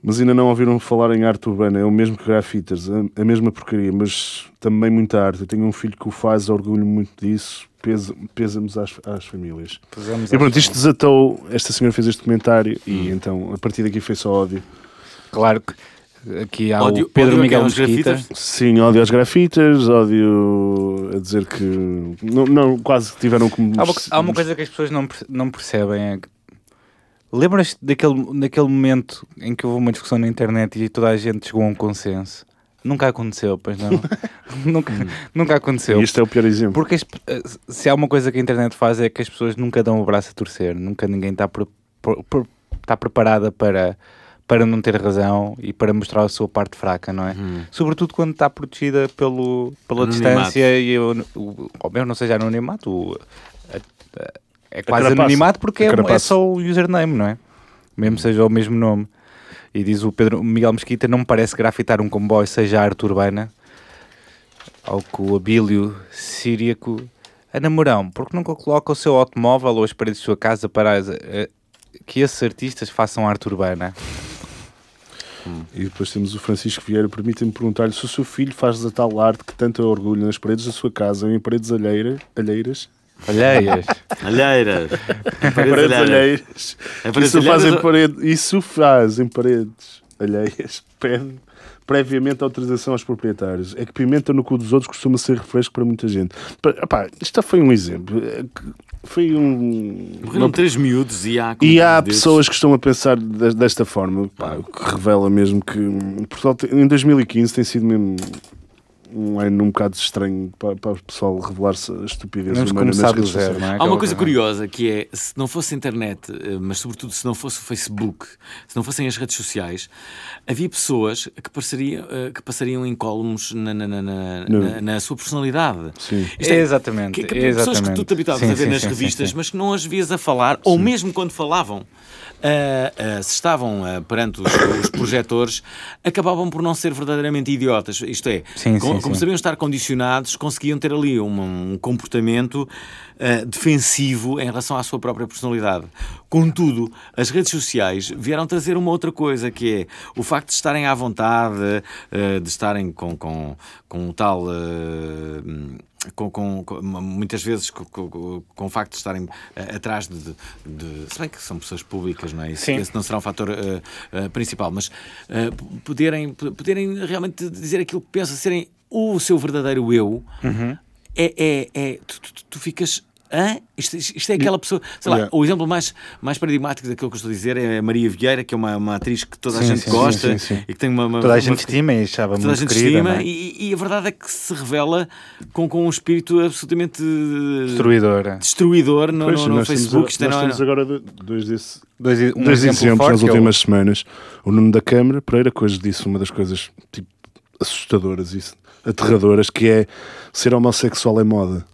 Speaker 1: mas ainda não ouviram falar em arte urbana. É o mesmo que grafiters, a, a mesma porcaria, mas também muita arte. Eu tenho um filho que o faz, orgulho muito disso. Pesa, pesamos às, às famílias.
Speaker 2: Pesamos Hum.
Speaker 1: E pronto, isto desatou. Esta senhora fez este comentário e então a partir daqui foi só ódio.
Speaker 2: Claro que aqui há
Speaker 3: Ódio-
Speaker 2: o Pedro
Speaker 3: ódio é a
Speaker 2: Miguel
Speaker 3: quem? Aos
Speaker 2: Mesquita.
Speaker 3: grafiteiros?
Speaker 1: Sim, ódio aos grafitas, ódio a dizer que. Não, não quase que tiveram como.
Speaker 2: Há uma, há uma coisa que as pessoas não, perce- não percebem. É que... Lembras-te daquele, daquele momento em que houve uma discussão na internet e toda a gente chegou a um consenso? Nunca aconteceu, pois não? nunca, nunca aconteceu.
Speaker 1: E este é o pior exemplo.
Speaker 2: Porque as pe- eh, se há uma coisa que a internet faz é que as pessoas nunca dão o braço a torcer, nunca ninguém tá está pre- pre- pre- está tá preparada para, para não ter razão e para mostrar a sua parte fraca, não é? Sobretudo quando está protegida pelo, pela
Speaker 3: Anonimato.
Speaker 2: distância e eu, o, ou mesmo não seja anonimato, o- a- a- é quase
Speaker 1: carapaça.
Speaker 2: anonimato porque
Speaker 1: A
Speaker 2: é, um- é
Speaker 1: carapaça.
Speaker 2: só o username, não é? Mesmo seja o mesmo nome. E diz o Pedro o Miguel Mesquita: não me parece grafitar um comboio seja arte urbana. Ao que o Abílio Síriaco. A namorão, porque nunca coloca o seu automóvel ou as paredes de sua casa para as- eh, que esses artistas façam arte urbana?
Speaker 1: E depois temos o Francisco Vieira. Permitem-me perguntar-lhe se o seu filho faz a tal arte que tanto orgulho nas paredes da sua casa ou em paredes alheira- alheiras
Speaker 2: Alheias.
Speaker 3: Alheiras. Em paredes
Speaker 1: Paredes
Speaker 3: alheiras.
Speaker 1: alheias.
Speaker 3: Em paredes
Speaker 1: Isso
Speaker 3: alheiras
Speaker 1: fazem
Speaker 3: ou-
Speaker 1: paredes. Isso fazem paredes alheias. Pede previamente autorização aos proprietários. É que pimenta no cu dos outros costuma ser refresco para muita gente. Pa- Epá, isto foi um exemplo. É que Foi um.
Speaker 3: Morreram três miúdos e há...
Speaker 1: E há
Speaker 3: desses.
Speaker 1: pessoas que estão a pensar des- desta forma, pá, o que revela mesmo que hum, Portugal te- em 2015 tem sido mesmo um ano um bocado estranho para, para o pessoal revelar-se a estupidez
Speaker 2: Vamos
Speaker 1: humana nas
Speaker 2: começar do
Speaker 1: redes
Speaker 2: zero,
Speaker 1: sociais.
Speaker 2: não é?
Speaker 3: Há
Speaker 2: Aquela
Speaker 3: uma coisa
Speaker 2: coisa.
Speaker 3: curiosa que é, se não fosse a internet, eh, mas sobretudo se não fosse o Facebook, se não fossem as redes sociais, havia pessoas que passariam, eh, que passariam incólumes na, na, na, na,
Speaker 1: Não.
Speaker 3: na- na sua personalidade.
Speaker 1: Sim.
Speaker 3: Isto é-
Speaker 2: Exatamente,
Speaker 3: Que, que pessoas que tu
Speaker 2: exatamente.
Speaker 3: te habituavas
Speaker 2: Sim,
Speaker 3: a ver
Speaker 2: sim,
Speaker 3: nas
Speaker 2: sim, sim,
Speaker 3: revistas,
Speaker 2: sim.
Speaker 3: mas que não as vias a falar, ou mesmo quando falavam, ah, ah, se estavam ah, perante os, os projetores, acabavam por não ser verdadeiramente idiotas. Isto é,
Speaker 2: Sim,
Speaker 3: com-
Speaker 2: sim,
Speaker 3: como
Speaker 2: sim.
Speaker 3: sabiam estar condicionados, conseguiam ter ali um, um comportamento ah, defensivo em relação à sua própria personalidade. Contudo, as redes sociais vieram trazer uma outra coisa, que é o facto de estarem à vontade, ah, de estarem com, com, com o tal. ah, com, com- com- muitas vezes co- co- co- com, o facto de estarem eh, atrás de, de, de- Se bem que são pessoas públicas, não é? Esse,
Speaker 2: Sim.
Speaker 3: esse não será um fator eh, eh, principal, mas eh, p- poderem, p- poderem realmente dizer aquilo que pensam, serem o seu verdadeiro eu,
Speaker 1: Uhum.
Speaker 3: é. é, é- tu, tu- tu- tu ficas. Hã? Isto, isto é aquela pessoa. Sei lá,
Speaker 1: Yeah.
Speaker 3: o exemplo mais, mais paradigmático daquilo que eu estou a dizer é a Maria Vieira, que é uma, uma atriz que toda a
Speaker 2: Sim,
Speaker 3: gente
Speaker 2: sim, sim,
Speaker 1: sim,
Speaker 3: gosta
Speaker 1: sim.
Speaker 3: e que tem uma. uma-
Speaker 2: Toda a
Speaker 3: uma-
Speaker 2: gente estima e achava
Speaker 3: toda a
Speaker 2: muito
Speaker 3: gente
Speaker 2: querida.
Speaker 3: estima
Speaker 2: não é?
Speaker 3: e, e a verdade é que se revela com, com um espírito absolutamente eh,
Speaker 2: Destruidora.
Speaker 3: destruidor no,
Speaker 1: Pois,
Speaker 3: no- no
Speaker 1: nós temos
Speaker 3: Facebook.
Speaker 1: a-
Speaker 3: Isto é
Speaker 1: nós
Speaker 3: não-
Speaker 1: temos agora do- dois, desse,
Speaker 2: Dois, um
Speaker 1: dois
Speaker 2: exemplo
Speaker 1: exemplos
Speaker 2: forte
Speaker 1: nas
Speaker 2: que é o-
Speaker 1: últimas semanas. O nome da Câmara, Pereira, que hoje disse uma das coisas tipo, assustadoras e aterradoras, que é ser homossexual é moda.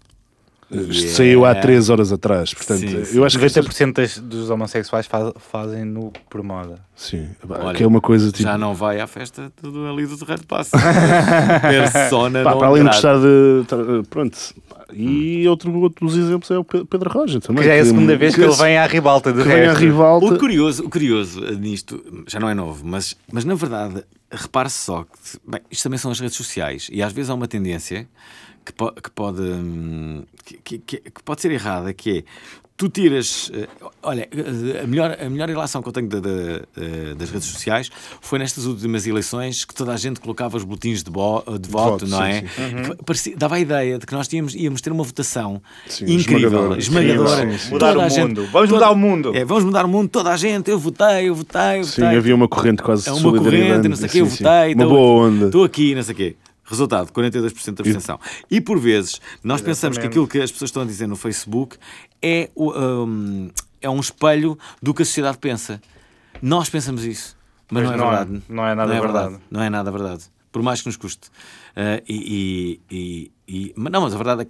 Speaker 1: Eh, Isto saiu há
Speaker 3: Yeah.
Speaker 1: três horas atrás. Portanto,
Speaker 3: Sim, sim.
Speaker 1: eu acho que estas-
Speaker 2: 90% das- dos homossexuais faz- fazem no por moda.
Speaker 1: Sim,
Speaker 3: Olha,
Speaker 1: que é uma coisa tipo.
Speaker 3: Já não vai à festa do- do ali do Terreiro de Passo. Persona
Speaker 1: Pá,
Speaker 3: não
Speaker 1: para além de
Speaker 3: grata.
Speaker 1: gostar de. tra- Pronto. Pá, E outro, outro dos exemplos é o Pe- Pedro Roja também.
Speaker 2: Hum. Que já é a segunda vez que ele
Speaker 1: se-
Speaker 2: vem à ribalta de
Speaker 1: que vem à
Speaker 2: resto.
Speaker 1: rivalta.
Speaker 3: O curioso, o curioso eh, nisto, já não é novo, mas, mas na verdade, repare só que bem, isto também são as redes sociais e às vezes há uma tendência que, po- que pode, hum, que, que- que- que pode ser errada, que é tu tiras. eh, Olha, eh, a melhor, a melhor relação que eu tenho da- da, eh, das redes sociais foi nestas últimas eleições que toda a gente colocava os boletins de, bo- de voto,
Speaker 1: voto,
Speaker 3: não
Speaker 1: sim,
Speaker 3: é?
Speaker 1: sim. Uhum.
Speaker 3: Que parecia- dava a ideia de que nós tínhamos, íamos ter uma votação
Speaker 1: Sim,
Speaker 3: incrível,
Speaker 1: esmagadora.
Speaker 3: esmagadora.
Speaker 1: Sim, sim.
Speaker 2: Mudar
Speaker 3: Toda
Speaker 2: o
Speaker 3: a gente-
Speaker 2: mundo. Vamos
Speaker 3: toda-
Speaker 2: mudar o mundo.
Speaker 3: É, vamos mudar o mundo, toda a gente, eu votei, eu votei, eu
Speaker 1: Sim,
Speaker 3: votei.
Speaker 1: havia uma corrente quase
Speaker 3: é
Speaker 1: de
Speaker 3: uma
Speaker 1: solidariedade.
Speaker 3: corrente, não sei o quê,
Speaker 1: Sim,
Speaker 3: eu
Speaker 1: sim.
Speaker 3: votei.
Speaker 1: Uma
Speaker 3: tô-
Speaker 1: boa onda.
Speaker 3: Estou aqui, não sei o quê. Resultado, 42% de abstenção. E por vezes, nós pensamos que aquilo que as pessoas estão a dizer no Facebook é, o- hum, é um espelho do que a sociedade pensa. Nós pensamos isso,
Speaker 2: Mas
Speaker 3: mas, não é
Speaker 2: não é-
Speaker 3: verdade.
Speaker 2: não é nada verdade.
Speaker 3: Não é nada verdade. Por mais que nos custe. Ah, e, e- e- mas não, mas a verdade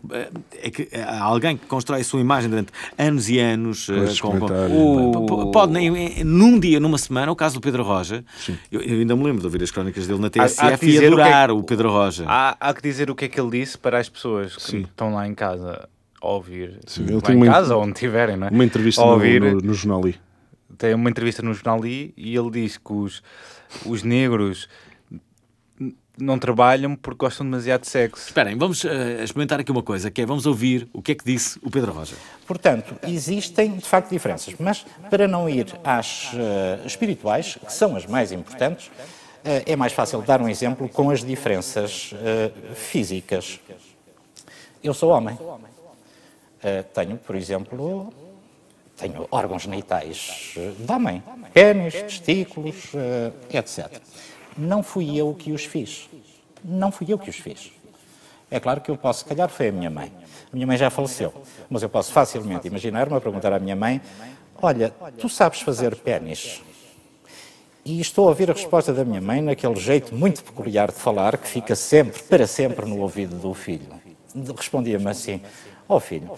Speaker 3: é que, ah, é que há alguém que constrói a sua imagem durante anos e anos ah,
Speaker 1: esses
Speaker 3: com- com-
Speaker 1: comentários. é?
Speaker 3: P- p- Pode, nem- em- num dia, numa semana, o caso do Pedro Roja. Eu, eu ainda me lembro de ouvir as crónicas dele na
Speaker 2: há de
Speaker 3: TSF e
Speaker 2: dizer o que é
Speaker 3: adorar
Speaker 2: que-
Speaker 3: o Pedro Roja.
Speaker 2: Há, há que dizer o que é que ele disse para as pessoas que estão lá em casa a ouvir.
Speaker 1: Sim, ele
Speaker 2: lá
Speaker 1: tem
Speaker 2: em
Speaker 1: uma-
Speaker 2: casa ou onde estiverem, não é?
Speaker 1: Uma entrevista
Speaker 2: a
Speaker 1: no,
Speaker 2: ouvir.
Speaker 1: no, no jornal ali.
Speaker 2: Tem uma entrevista no jornal I e ele diz que os, os negros n- não trabalham porque gostam demasiado de sexo.
Speaker 3: Esperem, vamos eh, experimentar aqui uma coisa, que é vamos ouvir o que é que disse o Pedro Roja.
Speaker 6: Portanto, existem de facto diferenças, mas para não ir às eh, espirituais, que são as mais importantes, eh, é mais fácil dar um exemplo com as diferenças eh, físicas. Eu sou homem. Eh, tenho, por exemplo, tenho órgãos genitais eh, de homem, pênis, testículos, eh, etc. Não fui eu que os fiz. Não fui eu que os fiz. É claro que eu posso, se calhar foi a minha mãe. A minha mãe já faleceu, mas eu posso facilmente imaginar-me a perguntar à minha mãe: Olha, tu sabes fazer pênis? E estou a ouvir a resposta da minha mãe naquele jeito muito peculiar de falar que fica sempre, para sempre, no ouvido do filho. Respondia-me assim: Oh filho,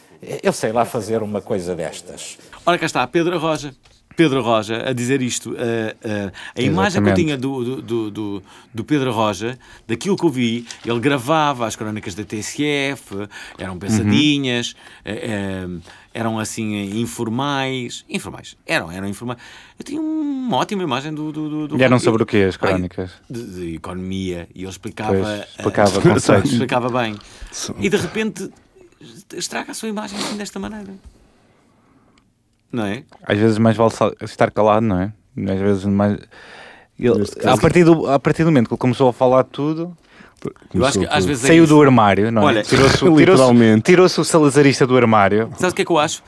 Speaker 6: eu sei lá fazer uma coisa destas.
Speaker 3: Ora, cá está, Pedro Roja. Pedro Roja a dizer isto. eh, eh, a imagem que eu
Speaker 2: Exatamente.
Speaker 3: tinha do, do, do, do- do Pedro Roja, daquilo que eu vi, ele gravava as crónicas da TSF, eram pensadinhas, eh, eh, eram assim eh, informais. Informais, eram, eram informais. Eu tinha uma ótima imagem do. do, do, do
Speaker 1: Então,
Speaker 2: E eram sobre o quê as crónicas?
Speaker 3: Ai, de, de economia, e ele explicava.
Speaker 2: Pois,
Speaker 3: eh,
Speaker 2: explicava
Speaker 1: conceitos.
Speaker 3: explicava bem. E de repente estraga a sua imagem assim desta maneira. Não é?
Speaker 2: Às vezes mais vale sal- estar calado, não é? Às vezes mais. Ele,
Speaker 1: Neste caso-
Speaker 2: a, partir do, a partir do momento que ele começou a falar tudo,
Speaker 3: Eu acho que às vezes é
Speaker 2: saiu
Speaker 3: isso.
Speaker 2: do armário, não é?
Speaker 3: Olha,
Speaker 2: tirou-se
Speaker 1: literalmente.
Speaker 2: tirou-se- tirou-se o salazarista do armário.
Speaker 3: Sabe o que é que eu acho?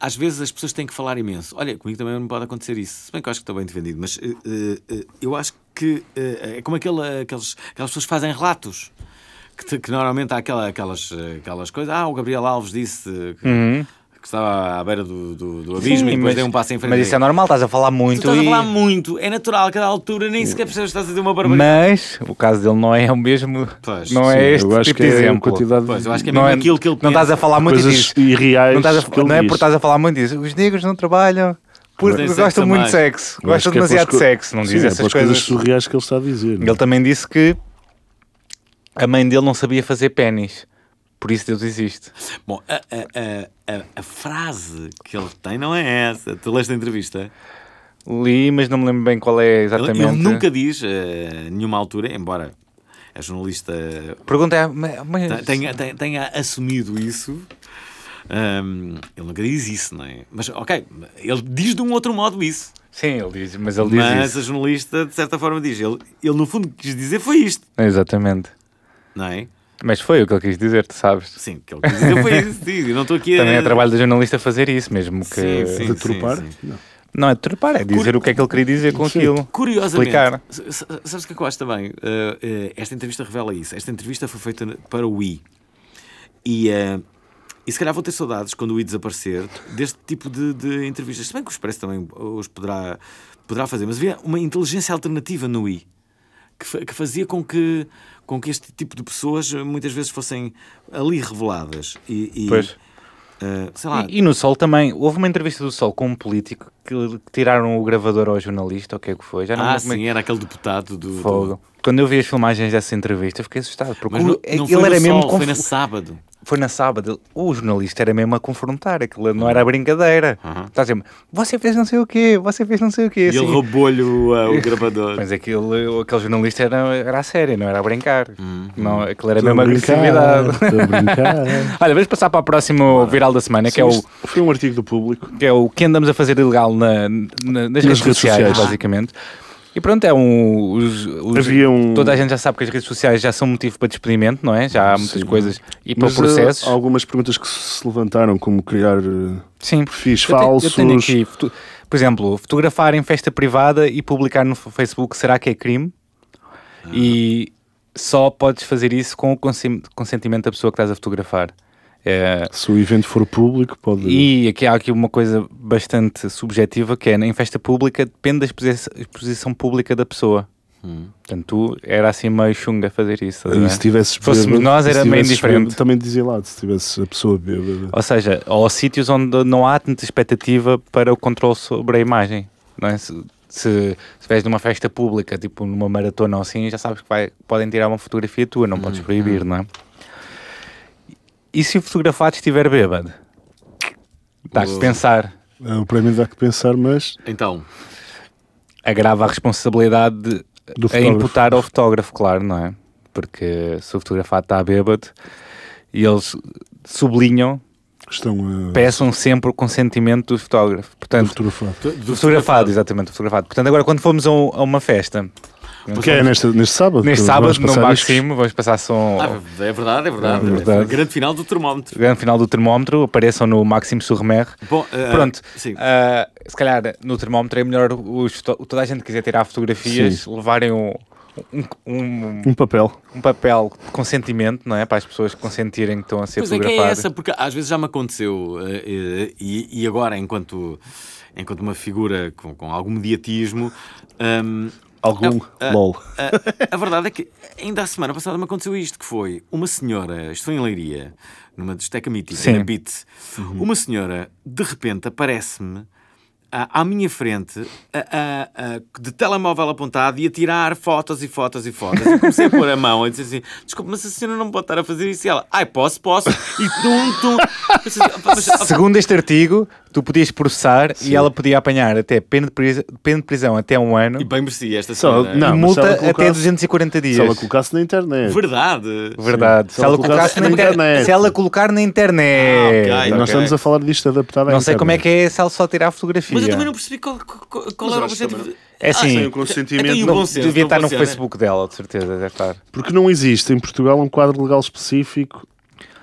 Speaker 3: Às vezes as pessoas têm que falar imenso. Olha, comigo também não pode acontecer isso. Se bem que eu acho que estou bem defendido, mas eh, eh, eh, eu acho que eh, é como aquele, aqueles, aquelas pessoas que fazem relatos. Que, te- que normalmente há aquela, aquelas, eh, aquelas coisas. Ah, o Gabriel Alves disse eh, que, que estava à beira do, do, do abismo e depois
Speaker 2: Uhum. mas,
Speaker 3: deu um passo em frente.
Speaker 2: mas isso é normal, estás a falar muito.
Speaker 3: Tu estás a
Speaker 2: e-
Speaker 3: falar muito, é natural, a cada altura nem sequer percebes que estás a dizer uma barbaridade.
Speaker 2: Mas o caso dele não é o mesmo.
Speaker 3: Pois,
Speaker 2: não é este
Speaker 1: eu acho
Speaker 2: tipo
Speaker 1: que
Speaker 2: de
Speaker 1: é a
Speaker 2: exemplo.
Speaker 1: quantidade
Speaker 3: Pois, eu
Speaker 1: de
Speaker 3: acho que é
Speaker 2: não
Speaker 3: mesmo aquilo que ele
Speaker 2: não estás
Speaker 3: pensa.
Speaker 2: a falar muito e
Speaker 1: coisas
Speaker 2: dizes-
Speaker 1: irreais.
Speaker 2: não, estás a-
Speaker 1: que ele
Speaker 2: não é
Speaker 1: diz.
Speaker 2: por estás a falar muito disso. Os negros não trabalham porque
Speaker 3: Tem sexo
Speaker 2: gostam muito de
Speaker 3: também.
Speaker 2: sexo.
Speaker 1: Eu acho
Speaker 2: Gostam
Speaker 1: que é pelas
Speaker 2: demasiado de
Speaker 1: co-
Speaker 2: sexo. Não diz
Speaker 1: Sim, é
Speaker 2: essas
Speaker 1: pelas
Speaker 2: coisas.
Speaker 1: surreais que ele está a dizer. é?
Speaker 2: Ele também disse que a mãe dele não sabia fazer pênis. Por isso Deus existe.
Speaker 3: Bom, a, a- a- a- a frase que ele tem não é essa. Tu leste a entrevista?
Speaker 2: Li, mas não me lembro bem qual é
Speaker 3: Ele-
Speaker 2: exatamente.
Speaker 3: Ele, nunca diz, eh, a nenhuma altura, embora a jornalista
Speaker 2: Pergunta é, "Ma- mas
Speaker 3: te- tenha, te- tenha assumido isso, ahm, ele nunca diz isso, não é? Mas, ok, ele diz de um outro modo isso.
Speaker 2: Sim, ele diz, mas ele diz
Speaker 3: mas
Speaker 2: isso.
Speaker 3: a jornalista, de certa forma, diz. Ele, ele, no fundo, quis dizer foi isto,
Speaker 2: Exatamente.
Speaker 3: não é?
Speaker 2: Mas foi o que ele quis dizer, tu sabes.
Speaker 3: Sim, que ele quis dizer foi isso. Sim, eu não estou aqui a...
Speaker 2: Também é trabalho do jornalista fazer isso, mesmo que.
Speaker 3: Eh, Sim, sim,
Speaker 1: de
Speaker 3: sim,
Speaker 1: tropar.
Speaker 3: sim.
Speaker 2: Não é trepar, é dizer o que é que ele queria dizer com
Speaker 1: Sim.
Speaker 2: aquilo.
Speaker 3: Curiosamente,
Speaker 2: Explicar.
Speaker 3: s- s- sabes o que é que eu acho também? Uh, uh, esta entrevista revela isso. Esta entrevista foi feita n- para o I. E, uh, e se calhar vou ter saudades quando o I desaparecer deste tipo de, de entrevistas. Se bem que o Expresso também os poderá, poderá fazer, mas havia uma inteligência alternativa no I que, fa- que fazia com que, com que este tipo de pessoas uh, muitas vezes fossem ali reveladas. E, e,
Speaker 2: Pois.
Speaker 3: uh, sei lá.
Speaker 2: E, e no Sol também, houve uma entrevista do Sol com um político que que tiraram o gravador ao jornalista, ou o que é que foi? Já não me
Speaker 3: ah,
Speaker 2: lembro como é que
Speaker 3: sim, era aquele deputado do. do-
Speaker 2: Fogo. Quando eu vi as filmagens dessa entrevista, eu fiquei assustado. Porque
Speaker 3: Mas
Speaker 2: o-
Speaker 3: não,
Speaker 2: é-
Speaker 3: não
Speaker 2: ele
Speaker 3: foi no
Speaker 2: era mesmo.
Speaker 3: sol, foi na
Speaker 2: conf-
Speaker 3: sábado.
Speaker 2: foi na sábado. ele- O jornalista era mesmo a confrontar. Aquilo não era brincadeira. Está a dizer você fez não sei o quê, você fez não sei o quê.
Speaker 3: E ele
Speaker 2: assim.
Speaker 3: roubou-lhe o, ah, o gravador.
Speaker 2: Mas aquele, aquele jornalista era, era a sério, não era a brincar.
Speaker 3: Uhum.
Speaker 2: Não, aquilo era
Speaker 1: Estou a
Speaker 2: mesmo
Speaker 1: brincar,
Speaker 2: agressividade.
Speaker 1: estou a brincar.
Speaker 2: Olha, vamos passar para o próximo viral da semana, que é, o,
Speaker 1: Isto Foi um artigo do público.
Speaker 2: que é o que andamos a fazer de ilegal na- na- nas, redes
Speaker 1: redes
Speaker 2: sociais,
Speaker 1: sociais.
Speaker 2: basicamente. E pronto, é um. os- os-
Speaker 1: Havia um-
Speaker 2: Toda a gente já sabe que as redes sociais já são motivo para despedimento, não é? Já há muitas
Speaker 1: Sim.
Speaker 2: coisas. E para
Speaker 1: Mas,
Speaker 2: processos.
Speaker 1: eh, há algumas perguntas que se levantaram, como criar eh,
Speaker 2: Sim.
Speaker 1: perfis
Speaker 2: Eu tenho-
Speaker 1: falsos.
Speaker 2: Eu tenho aqui, foto- por exemplo, fotografar em festa privada e publicar no Facebook, será que é crime? E só podes fazer isso com o consen- consentimento da pessoa que estás a fotografar. É,
Speaker 1: Se o evento for público, pode.
Speaker 2: E aqui há aqui uma coisa bastante subjetiva que é em festa pública depende da exposi- exposição pública da pessoa. Portanto, tu era assim meio chunga fazer isso. estás
Speaker 1: Hum. eh,
Speaker 2: a
Speaker 1: E
Speaker 2: ver?
Speaker 1: se tivesses
Speaker 2: Se fôssemos
Speaker 1: bêbado-
Speaker 2: nós,
Speaker 1: se
Speaker 2: era meio
Speaker 1: tivesses
Speaker 2: indiferente.
Speaker 1: bêbado, Também dizia lá, se tivesse a pessoa bêbada.
Speaker 2: Ou seja, ou sítios onde não há tanta expectativa para o controle sobre a imagem. Não é? Se, se, se vais numa festa pública, tipo numa maratona ou assim, já sabes que vai- podem tirar uma fotografia tua, não
Speaker 1: Hum,
Speaker 2: podes proibir, não é? E se o fotografado estiver bêbado? Está a pensar.
Speaker 1: É, O prémio dá que pensar, mas
Speaker 3: Então,
Speaker 2: agrava a responsabilidade de-
Speaker 1: Do
Speaker 2: a
Speaker 1: fotógrafo.
Speaker 2: imputar ao fotógrafo, claro, não é? Porque se o fotografado está bêbado e eles sublinham,
Speaker 1: estão a eh,
Speaker 2: peçam sempre o consentimento do fotógrafo. Portanto,
Speaker 1: fotografar.
Speaker 2: do fotografado, exatamente, do fotografado. Portanto, agora quando formos a, um- a uma festa,
Speaker 1: Que
Speaker 3: né?
Speaker 1: é neste, neste sábado?
Speaker 2: neste
Speaker 1: Vamos
Speaker 2: sábado, no
Speaker 1: passar
Speaker 2: máximo, vamos passar som.
Speaker 3: ah,
Speaker 2: ao
Speaker 3: é verdade, é verdade.
Speaker 1: É verdade.
Speaker 3: Foi o grande final do termómetro.
Speaker 2: Grande final do termómetro, apareçam no Máximo Surmer.
Speaker 3: Bom, ah,
Speaker 2: Pronto,
Speaker 3: sim.
Speaker 2: ah, se calhar no termómetro é melhor os, foto- toda a gente que quiser tirar fotografias levarem um- um- um,
Speaker 1: Um papel.
Speaker 2: um papel de consentimento, não é? Para as pessoas consentirem que estão a ser
Speaker 3: Pois é que é
Speaker 2: fotografadas.
Speaker 3: essa, porque às vezes já me aconteceu, eh, eh, e, e agora, enquanto, enquanto uma figura com, com algum mediatismo, hum, ahm,
Speaker 1: Algum.
Speaker 3: Ah,
Speaker 1: LOL.
Speaker 3: a, a verdade é que ainda a semana passada me aconteceu isto, que foi uma senhora, isto foi em Leiria, numa discoteca mítica,
Speaker 2: Sim.
Speaker 3: na Beat, uma senhora, de repente, aparece-me à, à minha frente, a- a- a- de telemóvel apontado, e a tirar fotos e fotos e fotos. Eu comecei a pôr a mão e disse assim, desculpe, mas a senhora não pode estar a fazer isso. E ela, ai, posso, posso. E tum, tum. Eu disse assim, "Mas, ó,
Speaker 2: Segundo este artigo, tu podias processar e ela podia apanhar até pena de, prisa- pena de prisão até um ano
Speaker 3: E bem merecia esta
Speaker 1: Só-
Speaker 3: semana.
Speaker 1: não,
Speaker 2: e
Speaker 1: mas se ela
Speaker 2: multa até
Speaker 1: colocasse-
Speaker 2: 240 dias.
Speaker 1: Se ela colocasse na internet.
Speaker 3: Verdade.
Speaker 2: Verdade.
Speaker 1: Sim.
Speaker 2: Se ela colocasse na internet. Se ela colocar na internet.
Speaker 3: Ah, ok.
Speaker 1: E nós
Speaker 3: Ok.
Speaker 1: estamos a falar disto adaptado à
Speaker 2: Não sei
Speaker 1: internet.
Speaker 2: como é que é se ela só tirar a fotografia.
Speaker 3: Mas eu também não percebi qual, qual- qual era o objetivo.
Speaker 2: É assim,
Speaker 1: sem o consentimento
Speaker 3: Então, e o
Speaker 1: não-
Speaker 3: bom senso,
Speaker 2: Devia
Speaker 3: não
Speaker 2: estar no
Speaker 3: funciona?
Speaker 2: Facebook dela, de certeza, deve estar.
Speaker 1: Porque não existe em Portugal um quadro legal específico.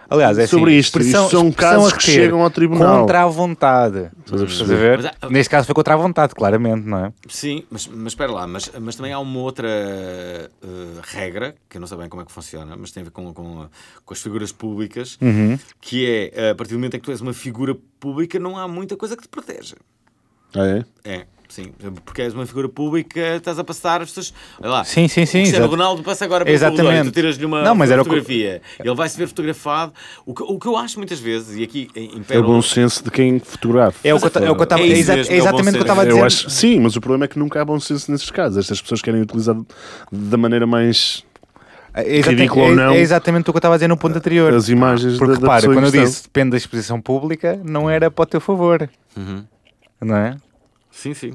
Speaker 2: Aliás, é assim,
Speaker 1: Sobre isto,
Speaker 2: expressão-
Speaker 1: isto são
Speaker 2: expressão
Speaker 1: casos
Speaker 2: a
Speaker 1: que
Speaker 2: ter
Speaker 1: chegam ao tribunal.
Speaker 2: Contra a vontade. Estás a ver?
Speaker 3: Mas há-
Speaker 2: Neste caso foi contra a vontade, claramente, não é?
Speaker 3: Sim, mas, mas espera lá, mas, mas também há uma outra eh, regra, que eu não sei bem como é que funciona, mas tem a ver com, com, com as figuras públicas,
Speaker 2: Uhum.
Speaker 3: que é, eh, a partir do momento em que tu és uma figura pública, não há muita coisa que te proteja.
Speaker 1: Ah, é?
Speaker 3: É, sim, porque és uma figura pública, estás a passar as pessoas... Olha lá,
Speaker 2: Sim, sim, sim,
Speaker 3: O Cristiano
Speaker 2: exato.
Speaker 3: Ronaldo passa agora pelo
Speaker 2: Exatamente.
Speaker 3: corredor e tu tiras-lhe uma
Speaker 2: Não, mas era o que-
Speaker 3: fotografia. Ele vai se ver fotografado. O que, o que eu acho muitas vezes, e aqui em
Speaker 1: É o bom
Speaker 3: o-
Speaker 1: senso de quem fotografa.
Speaker 2: É o que eu ta- é o que eu estava
Speaker 3: É
Speaker 2: é
Speaker 3: isso
Speaker 2: exa-
Speaker 3: mesmo,
Speaker 2: é
Speaker 3: é o bom
Speaker 2: exatamente o que eu
Speaker 3: senso.
Speaker 2: estava a
Speaker 1: Eu
Speaker 2: dizer.
Speaker 1: acho- sim, mas o problema é que nunca há bom senso nesses casos. Estas pessoas querem utilizar da maneira mais
Speaker 2: É exata-
Speaker 1: Ridículo ou
Speaker 2: é-
Speaker 1: não.
Speaker 2: é exatamente o que eu estava a dizer no ponto anterior.
Speaker 1: as imagens
Speaker 2: Porque
Speaker 1: da, da
Speaker 2: repara,
Speaker 1: pessoa em
Speaker 2: quando eu
Speaker 1: questão.
Speaker 2: disse depende da exposição pública, não era para o teu favor.
Speaker 3: Uhum.
Speaker 2: Não é?
Speaker 3: Sim, sim.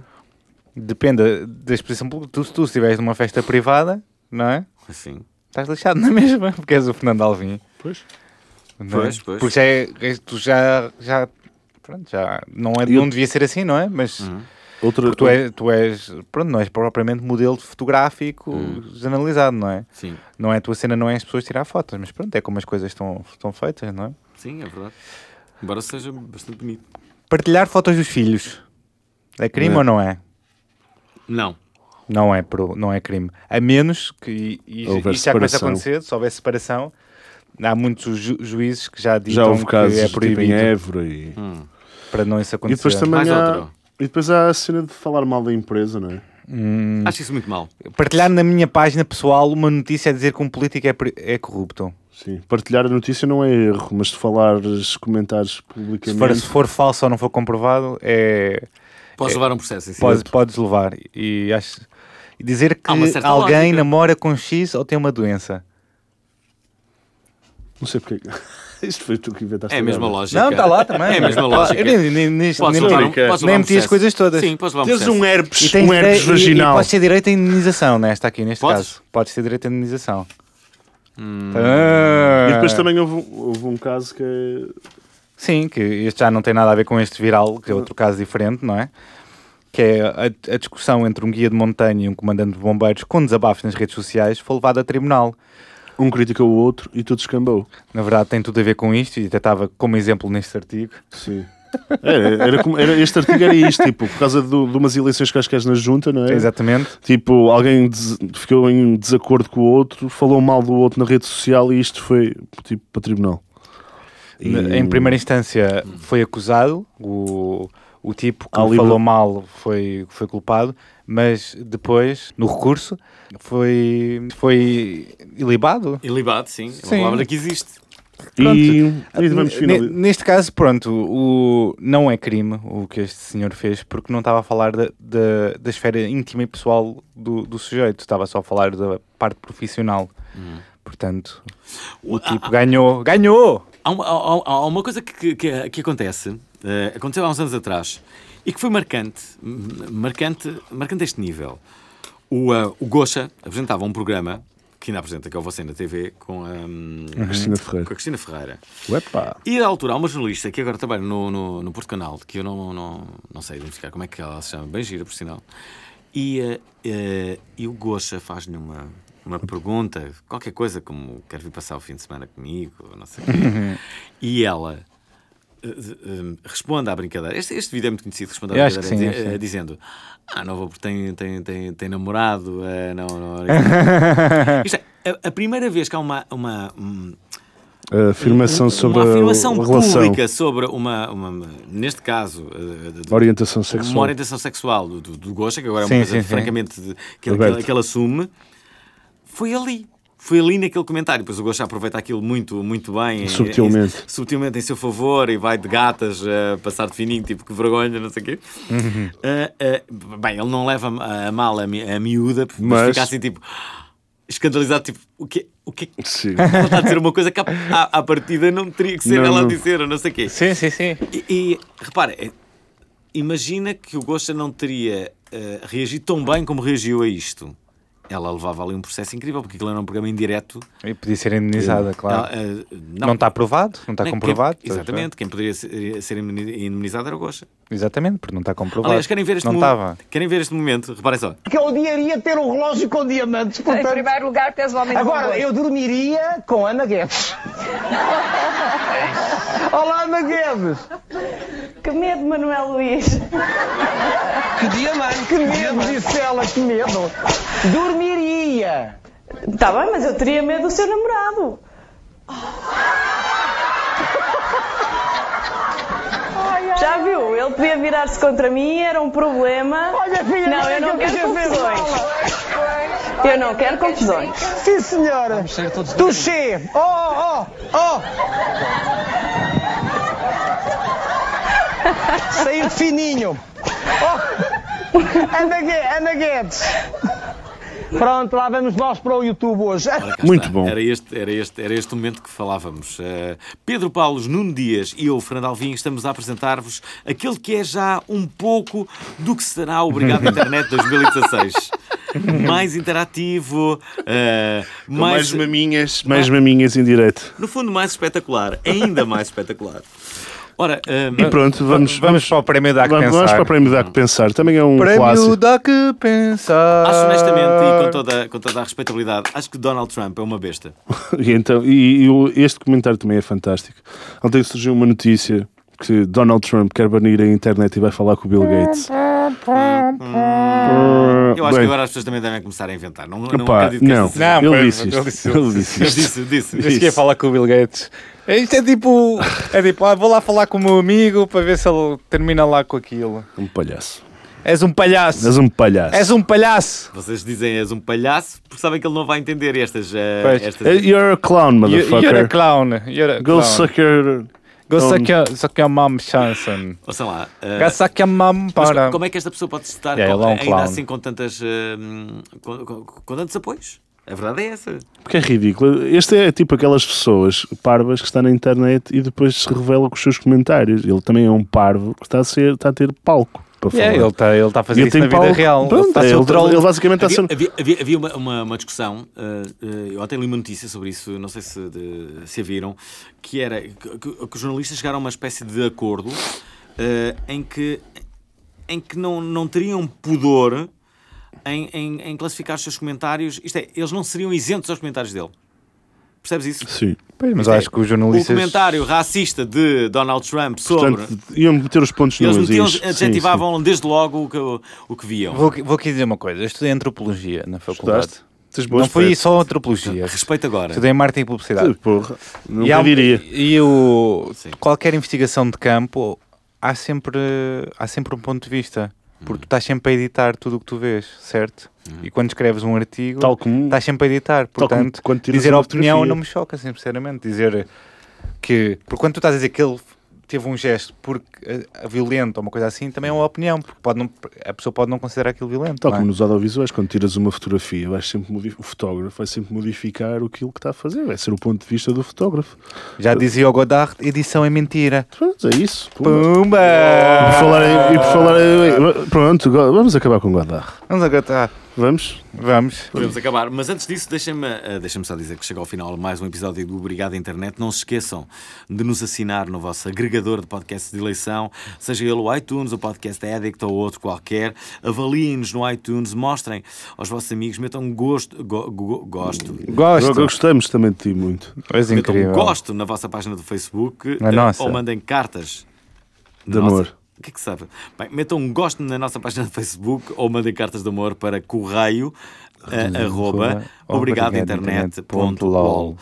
Speaker 2: Depende da exposição pública. Tu, se tu estiveres numa festa privada, não é?
Speaker 3: Assim.
Speaker 2: Estás lixado na mesma, porque és o Fernando Alvim.
Speaker 1: Pois.
Speaker 2: não é?
Speaker 3: Pois, pois.
Speaker 2: Porque já é, é- tu já, já, pronto, já não, é, não devia ser assim, não é? Mas
Speaker 3: Uhum.
Speaker 1: Outra,
Speaker 2: porque tu, é, tu és, pronto, não és propriamente modelo fotográfico
Speaker 3: Uhum.
Speaker 2: generalizado, não é?
Speaker 3: Sim.
Speaker 2: Não é a tua cena, não é as pessoas tirar fotos, mas pronto, é como as coisas estão, estão feitas, não é?
Speaker 3: Sim, é verdade. Embora seja bastante bonito.
Speaker 2: Partilhar fotos dos filhos é crime
Speaker 1: Não.
Speaker 2: ou não é?
Speaker 3: Não.
Speaker 2: Não é, pro, não é crime. A menos que e,
Speaker 1: Houver
Speaker 2: isso já começa a
Speaker 1: separação.
Speaker 2: acontecer, se houver separação, há muitos ju- juízes que já ditam
Speaker 1: já houve casos
Speaker 2: que é
Speaker 1: tipo, em
Speaker 2: proibido Hum.
Speaker 1: Évora e,
Speaker 2: para não isso
Speaker 1: e
Speaker 2: acontecer.
Speaker 1: depois também
Speaker 3: Mais
Speaker 1: há,
Speaker 3: outro.
Speaker 1: e depois há a cena de falar mal da empresa, não é?
Speaker 3: Acho isso muito mal.
Speaker 2: Partilhar na minha página pessoal uma notícia a dizer que um político é, pre- é corrupto.
Speaker 1: Sim. Partilhar a notícia não é erro, mas se falares comentários
Speaker 2: Se for,
Speaker 1: publicamente.
Speaker 2: se for falso ou não for comprovado, é,
Speaker 3: Podes levar um processo em cima.
Speaker 2: pode, podes levar. E, acho, e dizer que
Speaker 3: Há uma certa
Speaker 2: alguém
Speaker 3: lógica.
Speaker 2: namora com X ou tem uma doença.
Speaker 1: Não sei porque. Isto foi tu que inventaste.
Speaker 3: É a mesma
Speaker 1: agora.
Speaker 3: lógica.
Speaker 2: Não, está lá também.
Speaker 3: É a mesmo a lógica.
Speaker 2: Eu nem, nem, nem,
Speaker 3: Podes
Speaker 2: nem-
Speaker 3: levar
Speaker 2: nem-
Speaker 3: um- podes levar
Speaker 2: nem
Speaker 3: um
Speaker 2: meti as
Speaker 3: processo.
Speaker 2: coisas todas.
Speaker 3: Sim, podes levar um
Speaker 1: Tens
Speaker 3: processo.
Speaker 1: um herpes,
Speaker 2: E tens
Speaker 1: um herpes
Speaker 2: direito- e-
Speaker 1: vaginal.
Speaker 2: E, podes ter direito à indenização nesta aqui, neste
Speaker 3: Podes?
Speaker 2: caso. Podes ter direito à indenização.
Speaker 1: E
Speaker 2: Ah.
Speaker 1: Hum. depois também houve, um- houve um caso que é.
Speaker 2: Sim, que este já não tem nada a ver com este viral, que é outro caso diferente, não é? Que é a, a discussão entre um guia de montanha e um comandante de bombeiros com desabafos nas redes sociais foi levada a tribunal.
Speaker 1: Um critica o outro e tudo escambou.
Speaker 2: Na verdade, tem tudo a ver com isto e até estava como exemplo neste artigo.
Speaker 1: Sim. Era, era como- era- este artigo era isto, tipo, por causa do- de umas eleições que acho que és na junta, não é?
Speaker 2: Exatamente.
Speaker 1: Tipo, alguém des- ficou em desacordo com o outro, falou mal do outro na rede social e isto foi, tipo, para tribunal. E-
Speaker 2: Na- Em primeira instância foi acusado, o, o tipo que
Speaker 1: Há livre-
Speaker 2: falou mal foi, foi culpado, mas depois, no recurso, foi, foi ilibado.
Speaker 3: Ilibado, sim. É uma
Speaker 2: Sim.
Speaker 3: palavra que existe.
Speaker 1: E,
Speaker 2: Pronto.
Speaker 1: e vamos
Speaker 2: Ne-
Speaker 1: finalizar.
Speaker 2: Neste caso, pronto, o, não é crime o que este senhor fez, porque não estava a falar da, da, da esfera íntima e pessoal do, do sujeito, estava só a falar da parte profissional.
Speaker 1: Hum.
Speaker 2: Portanto, o
Speaker 3: Ah,
Speaker 2: tipo ganhou, ganhou!
Speaker 3: Há uma, há- há- há uma coisa que, que- que acontece, eh, aconteceu há uns anos atrás, e que foi marcante, m- marcante, marcante a este nível. O, eh, o Gosha apresentava um programa, que ainda apresenta, que é o Você na TV, com a, hum,
Speaker 1: Cristina Ferreira.
Speaker 3: com a Cristina Ferreira.
Speaker 1: Uepá.
Speaker 3: E da altura há uma jornalista que agora trabalha no, no, no Porto Canal, que eu não, não, não sei identificar como é que ela se chama, bem gira por sinal. E, eh, eh, e o Gosha faz-lhe uma, uma pergunta, qualquer coisa como quer vir passar o fim de semana comigo, ou não sei o quê.
Speaker 2: Uhum.
Speaker 3: E ela eh, eh, responde à brincadeira. Este, este vídeo é muito conhecido, responde à
Speaker 2: Eu acho
Speaker 3: brincadeira,
Speaker 2: que sim,
Speaker 3: di-
Speaker 2: acho que sim.
Speaker 3: eh, dizendo: Ah, não vou porque tem, tem, tem, tem namorado, eh, não, não. Isto é, a, a primeira vez que há uma- uma hum,
Speaker 1: A afirmação sobre
Speaker 3: uma
Speaker 1: a-
Speaker 3: afirmação
Speaker 1: a relação,
Speaker 3: pública sobre uma, uma- neste caso, eh, de- de-
Speaker 1: orientação
Speaker 3: uma
Speaker 1: sexual.
Speaker 3: orientação sexual do, do, do Gosha, que agora
Speaker 2: Sim,
Speaker 3: é uma coisa
Speaker 2: sim, sim.
Speaker 3: francamente de- que, ele, que,
Speaker 1: Aberto.
Speaker 3: ele, que ele assume, foi ali. Foi ali naquele comentário. Pois o Gosha aproveita aquilo muito, muito bem. em-
Speaker 1: Subtilmente.
Speaker 3: em- subtilmente em seu favor e vai de gatas eh, passar de fininho, tipo que vergonha, não sei o quê.
Speaker 1: Uhum.
Speaker 3: Eh, eh, bem, ele não leva a, a mal a, mi- a miúda, mas,
Speaker 1: Mas-
Speaker 3: fica assim tipo. Escandalizado, tipo, o que, o que
Speaker 1: Sim.
Speaker 3: ela está a dizer uma coisa que à, à- à partida não teria que ser
Speaker 1: Não,
Speaker 3: ela a
Speaker 1: não.
Speaker 3: dizer, ou não sei o quê.
Speaker 2: Sim, sim, sim.
Speaker 3: E, e repara, é- Imagina que o Gosta não teria eh, reagido tão bem como reagiu a isto. Ela levava ali um processo incrível, porque aquilo era um programa indireto.
Speaker 2: E podia ser indenizada, claro.
Speaker 3: Ela, eh,
Speaker 2: Não está aprovado, não está
Speaker 3: nem-
Speaker 2: comprovado. é.
Speaker 3: quem- exatamente, quem poderia ser, ser imunizado era o Gosta.
Speaker 2: Exatamente, porque não está comprovado.
Speaker 3: Aliás, querem ver este,
Speaker 2: não
Speaker 3: mo-
Speaker 2: estava.
Speaker 3: querem ver este momento? Reparem só.
Speaker 7: que eu odiaria ter um relógio com diamantes.
Speaker 8: Em
Speaker 7: Portanto,
Speaker 8: primeiro lugar, tens o homem do
Speaker 7: agora,
Speaker 8: gosto.
Speaker 7: eu dormiria com Ana Guedes. É Olá, Ana Guedes.
Speaker 8: Que medo, Manuel Luís.
Speaker 7: Que diamante. Que medo, disse ela, que medo. Dormiria.
Speaker 8: Está Tá bem, mas eu teria medo do seu namorado. Já viu? Ele podia virar-se contra mim, era um problema.
Speaker 7: Olha, filha,
Speaker 8: não, eu
Speaker 7: é
Speaker 8: não
Speaker 7: que
Speaker 8: quero
Speaker 7: podia ser
Speaker 8: confusões.
Speaker 7: mala.
Speaker 8: Eu não quero confusões.
Speaker 7: Sim, senhora. Touché. Oh, oh, oh. Saiu de fininho. Oh. Ana, Gue- Ana Guedes. Pronto, lá vamos nós para o YouTube hoje.
Speaker 3: Cá
Speaker 1: Muito
Speaker 3: está.
Speaker 1: bom.
Speaker 3: Era este, era, este, era este o momento que falávamos. Eh, Pedro Paulos, Nuno Dias e eu, Fernando Alvim, estamos a apresentar-vos aquele que é já um pouco do que será o Obrigado Internet 2016. mais interativo, eh,
Speaker 1: Mais
Speaker 3: mais,
Speaker 1: maminhas. Mais maminhas em direto.
Speaker 3: no fundo, mais espetacular. Ainda mais espetacular. Ora, eh,
Speaker 1: E pronto, vamos,
Speaker 2: Vamos para o prémio da que
Speaker 1: vamos, vamos
Speaker 2: pensar.
Speaker 1: para o prémio Dá que pensar. Também é um
Speaker 2: Prémio
Speaker 1: clássico.
Speaker 2: da que pensar.
Speaker 3: acho honestamente e
Speaker 1: ah.
Speaker 3: com toda, com toda a respeitabilidade, acho que Donald Trump é uma besta.
Speaker 1: E, então, e, e o- este comentário também é fantástico. Ontem surgiu uma notícia que Donald Trump quer banir a internet e vai falar com o Bill Gates.
Speaker 3: Eu acho
Speaker 1: Bem,
Speaker 3: que agora as pessoas também devem começar a inventar. Não, não
Speaker 1: Epá,
Speaker 3: acredito que
Speaker 1: não.
Speaker 3: essa seja-
Speaker 2: Não,
Speaker 1: ele
Speaker 2: mas-
Speaker 1: disse
Speaker 2: mas
Speaker 1: isto.
Speaker 2: ele disse-
Speaker 1: Ele disse
Speaker 3: Eu
Speaker 1: isto.
Speaker 3: disse, disse.
Speaker 2: Disse que ia falar com o Bill Gates. Isto é tipo. É tipo, ah, vou lá falar com o meu amigo para ver se ele termina lá com aquilo.
Speaker 1: Um palhaço.
Speaker 2: És um palhaço.
Speaker 1: És um palhaço.
Speaker 2: És um palhaço.
Speaker 3: Vocês dizem és um palhaço porque sabem que ele não vai entender estas. eh,
Speaker 2: Pois.
Speaker 3: estas-
Speaker 1: Eh, You're a clown,
Speaker 2: You-
Speaker 1: motherfucker.
Speaker 2: You're a clown. You're a
Speaker 1: Go
Speaker 2: clown.
Speaker 1: suck your...
Speaker 2: Go
Speaker 1: own-
Speaker 2: suck your, suck your mom, Johnson.
Speaker 3: Ouçam lá. eh,
Speaker 2: Go suck your mom
Speaker 3: mas
Speaker 2: para.
Speaker 3: como é que esta pessoa pode estar
Speaker 2: É, ele é
Speaker 3: com-
Speaker 2: um
Speaker 3: ainda
Speaker 2: clown.
Speaker 3: assim com tantas. eh, com, com- com tantos apoios? A verdade é essa.
Speaker 1: Porque é ridículo. Este é tipo aquelas pessoas parvas que estão na internet e depois se revela com os seus comentários. Ele também é um parvo que está a, ser, está a ter palco para falar.
Speaker 2: Yeah, ele está ele tá a fazer
Speaker 1: Ele
Speaker 2: isso
Speaker 1: tem
Speaker 2: na vida
Speaker 1: palco.
Speaker 2: real.
Speaker 1: Pronto,
Speaker 2: ele tá a
Speaker 1: é,
Speaker 2: ser o
Speaker 1: ele-
Speaker 2: troll.
Speaker 1: ele basicamente
Speaker 3: Havia,
Speaker 1: está a ser...
Speaker 3: havia- havia- havia uma, uma- uma discussão, eh, eh, eu ontem li uma notícia sobre isso, não sei se de- se a viram, que era que, que- que os jornalistas chegaram a uma espécie de acordo eh, em que, em que não, não teriam pudor em, em- em classificar os seus comentários, isto é, eles não seriam isentos aos comentários dele. Percebes isso?
Speaker 1: Sim.
Speaker 2: Pois, mas
Speaker 3: Isto é,
Speaker 2: acho que os
Speaker 3: O
Speaker 2: jornalistas.
Speaker 3: comentário racista de Donald Trump sobre.
Speaker 1: Portanto, iam meter os pontos
Speaker 3: eles
Speaker 1: nos
Speaker 3: metiam,
Speaker 1: is. Sim,
Speaker 3: adjetivavam desde logo o que, o que viam.
Speaker 2: Vou, vou aqui dizer uma coisa. Eu estudei antropologia na
Speaker 1: sim.
Speaker 2: faculdade.
Speaker 1: Gostaste? Tens bom
Speaker 2: Não foi
Speaker 1: aspecto.
Speaker 2: só antropologia.
Speaker 3: Respeito agora.
Speaker 2: Estudei marketing e publicidade.
Speaker 1: Porra, não
Speaker 2: E há um-
Speaker 1: diria.
Speaker 2: E o,
Speaker 3: Sim.
Speaker 2: qualquer investigação de campo, há sempre, há sempre um ponto de vista. Porque tu estás sempre a editar tudo o que tu vês, certo? E quando escreves um artigo,
Speaker 1: Tal como-
Speaker 2: estás sempre a editar.
Speaker 1: como
Speaker 2: Portanto,
Speaker 1: quando tiras um
Speaker 2: dizer
Speaker 1: uma
Speaker 2: a opinião
Speaker 1: fotografia.
Speaker 2: não me choca, sinceramente. Dizer que. Porque quando tu estás a dizer que ele teve um gesto porque, eh, violento ou uma coisa assim, também é uma opinião. Porque pode não- a pessoa pode não considerar aquilo violento.
Speaker 1: Tal
Speaker 2: não é?
Speaker 1: como nos audiovisuais, quando tiras uma fotografia, vais sempre modi- o fotógrafo vai sempre modificar aquilo que está a fazer, vai ser o ponto de vista do fotógrafo.
Speaker 2: Já dizia o Godard: edição é mentira.
Speaker 1: Pronto, é isso. Pumba.
Speaker 2: Pumba!
Speaker 1: Por falar em- e por falar em- pronto, go- vamos acabar com Godard.
Speaker 2: Vamos a Godard.
Speaker 1: Vamos?
Speaker 2: Vamos.
Speaker 3: Podemos acabar, mas antes disso, deixem-me ah, deixem-me só dizer que chega ao final mais um episódio do Obrigado Internet. Não se esqueçam de nos assinar no vosso agregador de podcasts de eleição, seja ele o iTunes, o podcast Addict ou outro qualquer. Avaliem-nos no iTunes, mostrem aos vossos amigos, metam gosto, go- go- gosto,
Speaker 1: Go-
Speaker 2: Gosto.
Speaker 1: Gostamos também de ti muito.
Speaker 2: És
Speaker 3: metam
Speaker 2: incrível.
Speaker 3: um Então, gosto na vossa página do Facebook
Speaker 2: Na
Speaker 3: eh,
Speaker 2: nossa.
Speaker 3: ou mandem cartas
Speaker 1: De
Speaker 3: Nossa,
Speaker 1: amor.
Speaker 3: O que é que sabe? Bem, metam um gosto na nossa página do Facebook ou mandem cartas de amor para correio eh, arroba obrigadointernet.lol.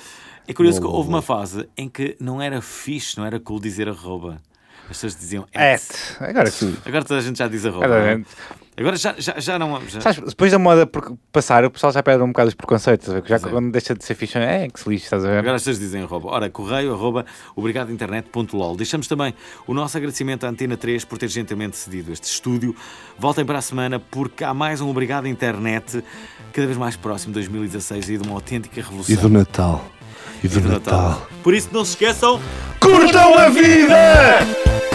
Speaker 3: É curioso que houve uma fase em que não era fixe, não era cool dizer arroba. As pessoas diziam
Speaker 2: É,
Speaker 3: at.
Speaker 2: agora sim.
Speaker 3: Agora toda a gente já diz arroba.
Speaker 2: Cada
Speaker 3: não é?
Speaker 2: gente.
Speaker 3: Agora já, já, já não. Já...
Speaker 2: Sabes, depois da moda por- passar, o pessoal já perde um bocado os preconceitos. estás a ver? Já quando deixa de ser ficha, é que se lixe, estás a ver?
Speaker 3: Agora as pessoas dizem arroba. Ora, correio arroba obrigadointernet.lol. Deixamos também o nosso agradecimento à Antena 3 por ter gentilmente cedido este estúdio. Voltem para a semana porque há mais um Obrigado Internet cada vez mais próximo de 2016 e de uma autêntica revolução.
Speaker 1: E do Natal. E do
Speaker 3: Do
Speaker 1: Natal.
Speaker 3: Por isso não se esqueçam...
Speaker 1: Curtam a vida!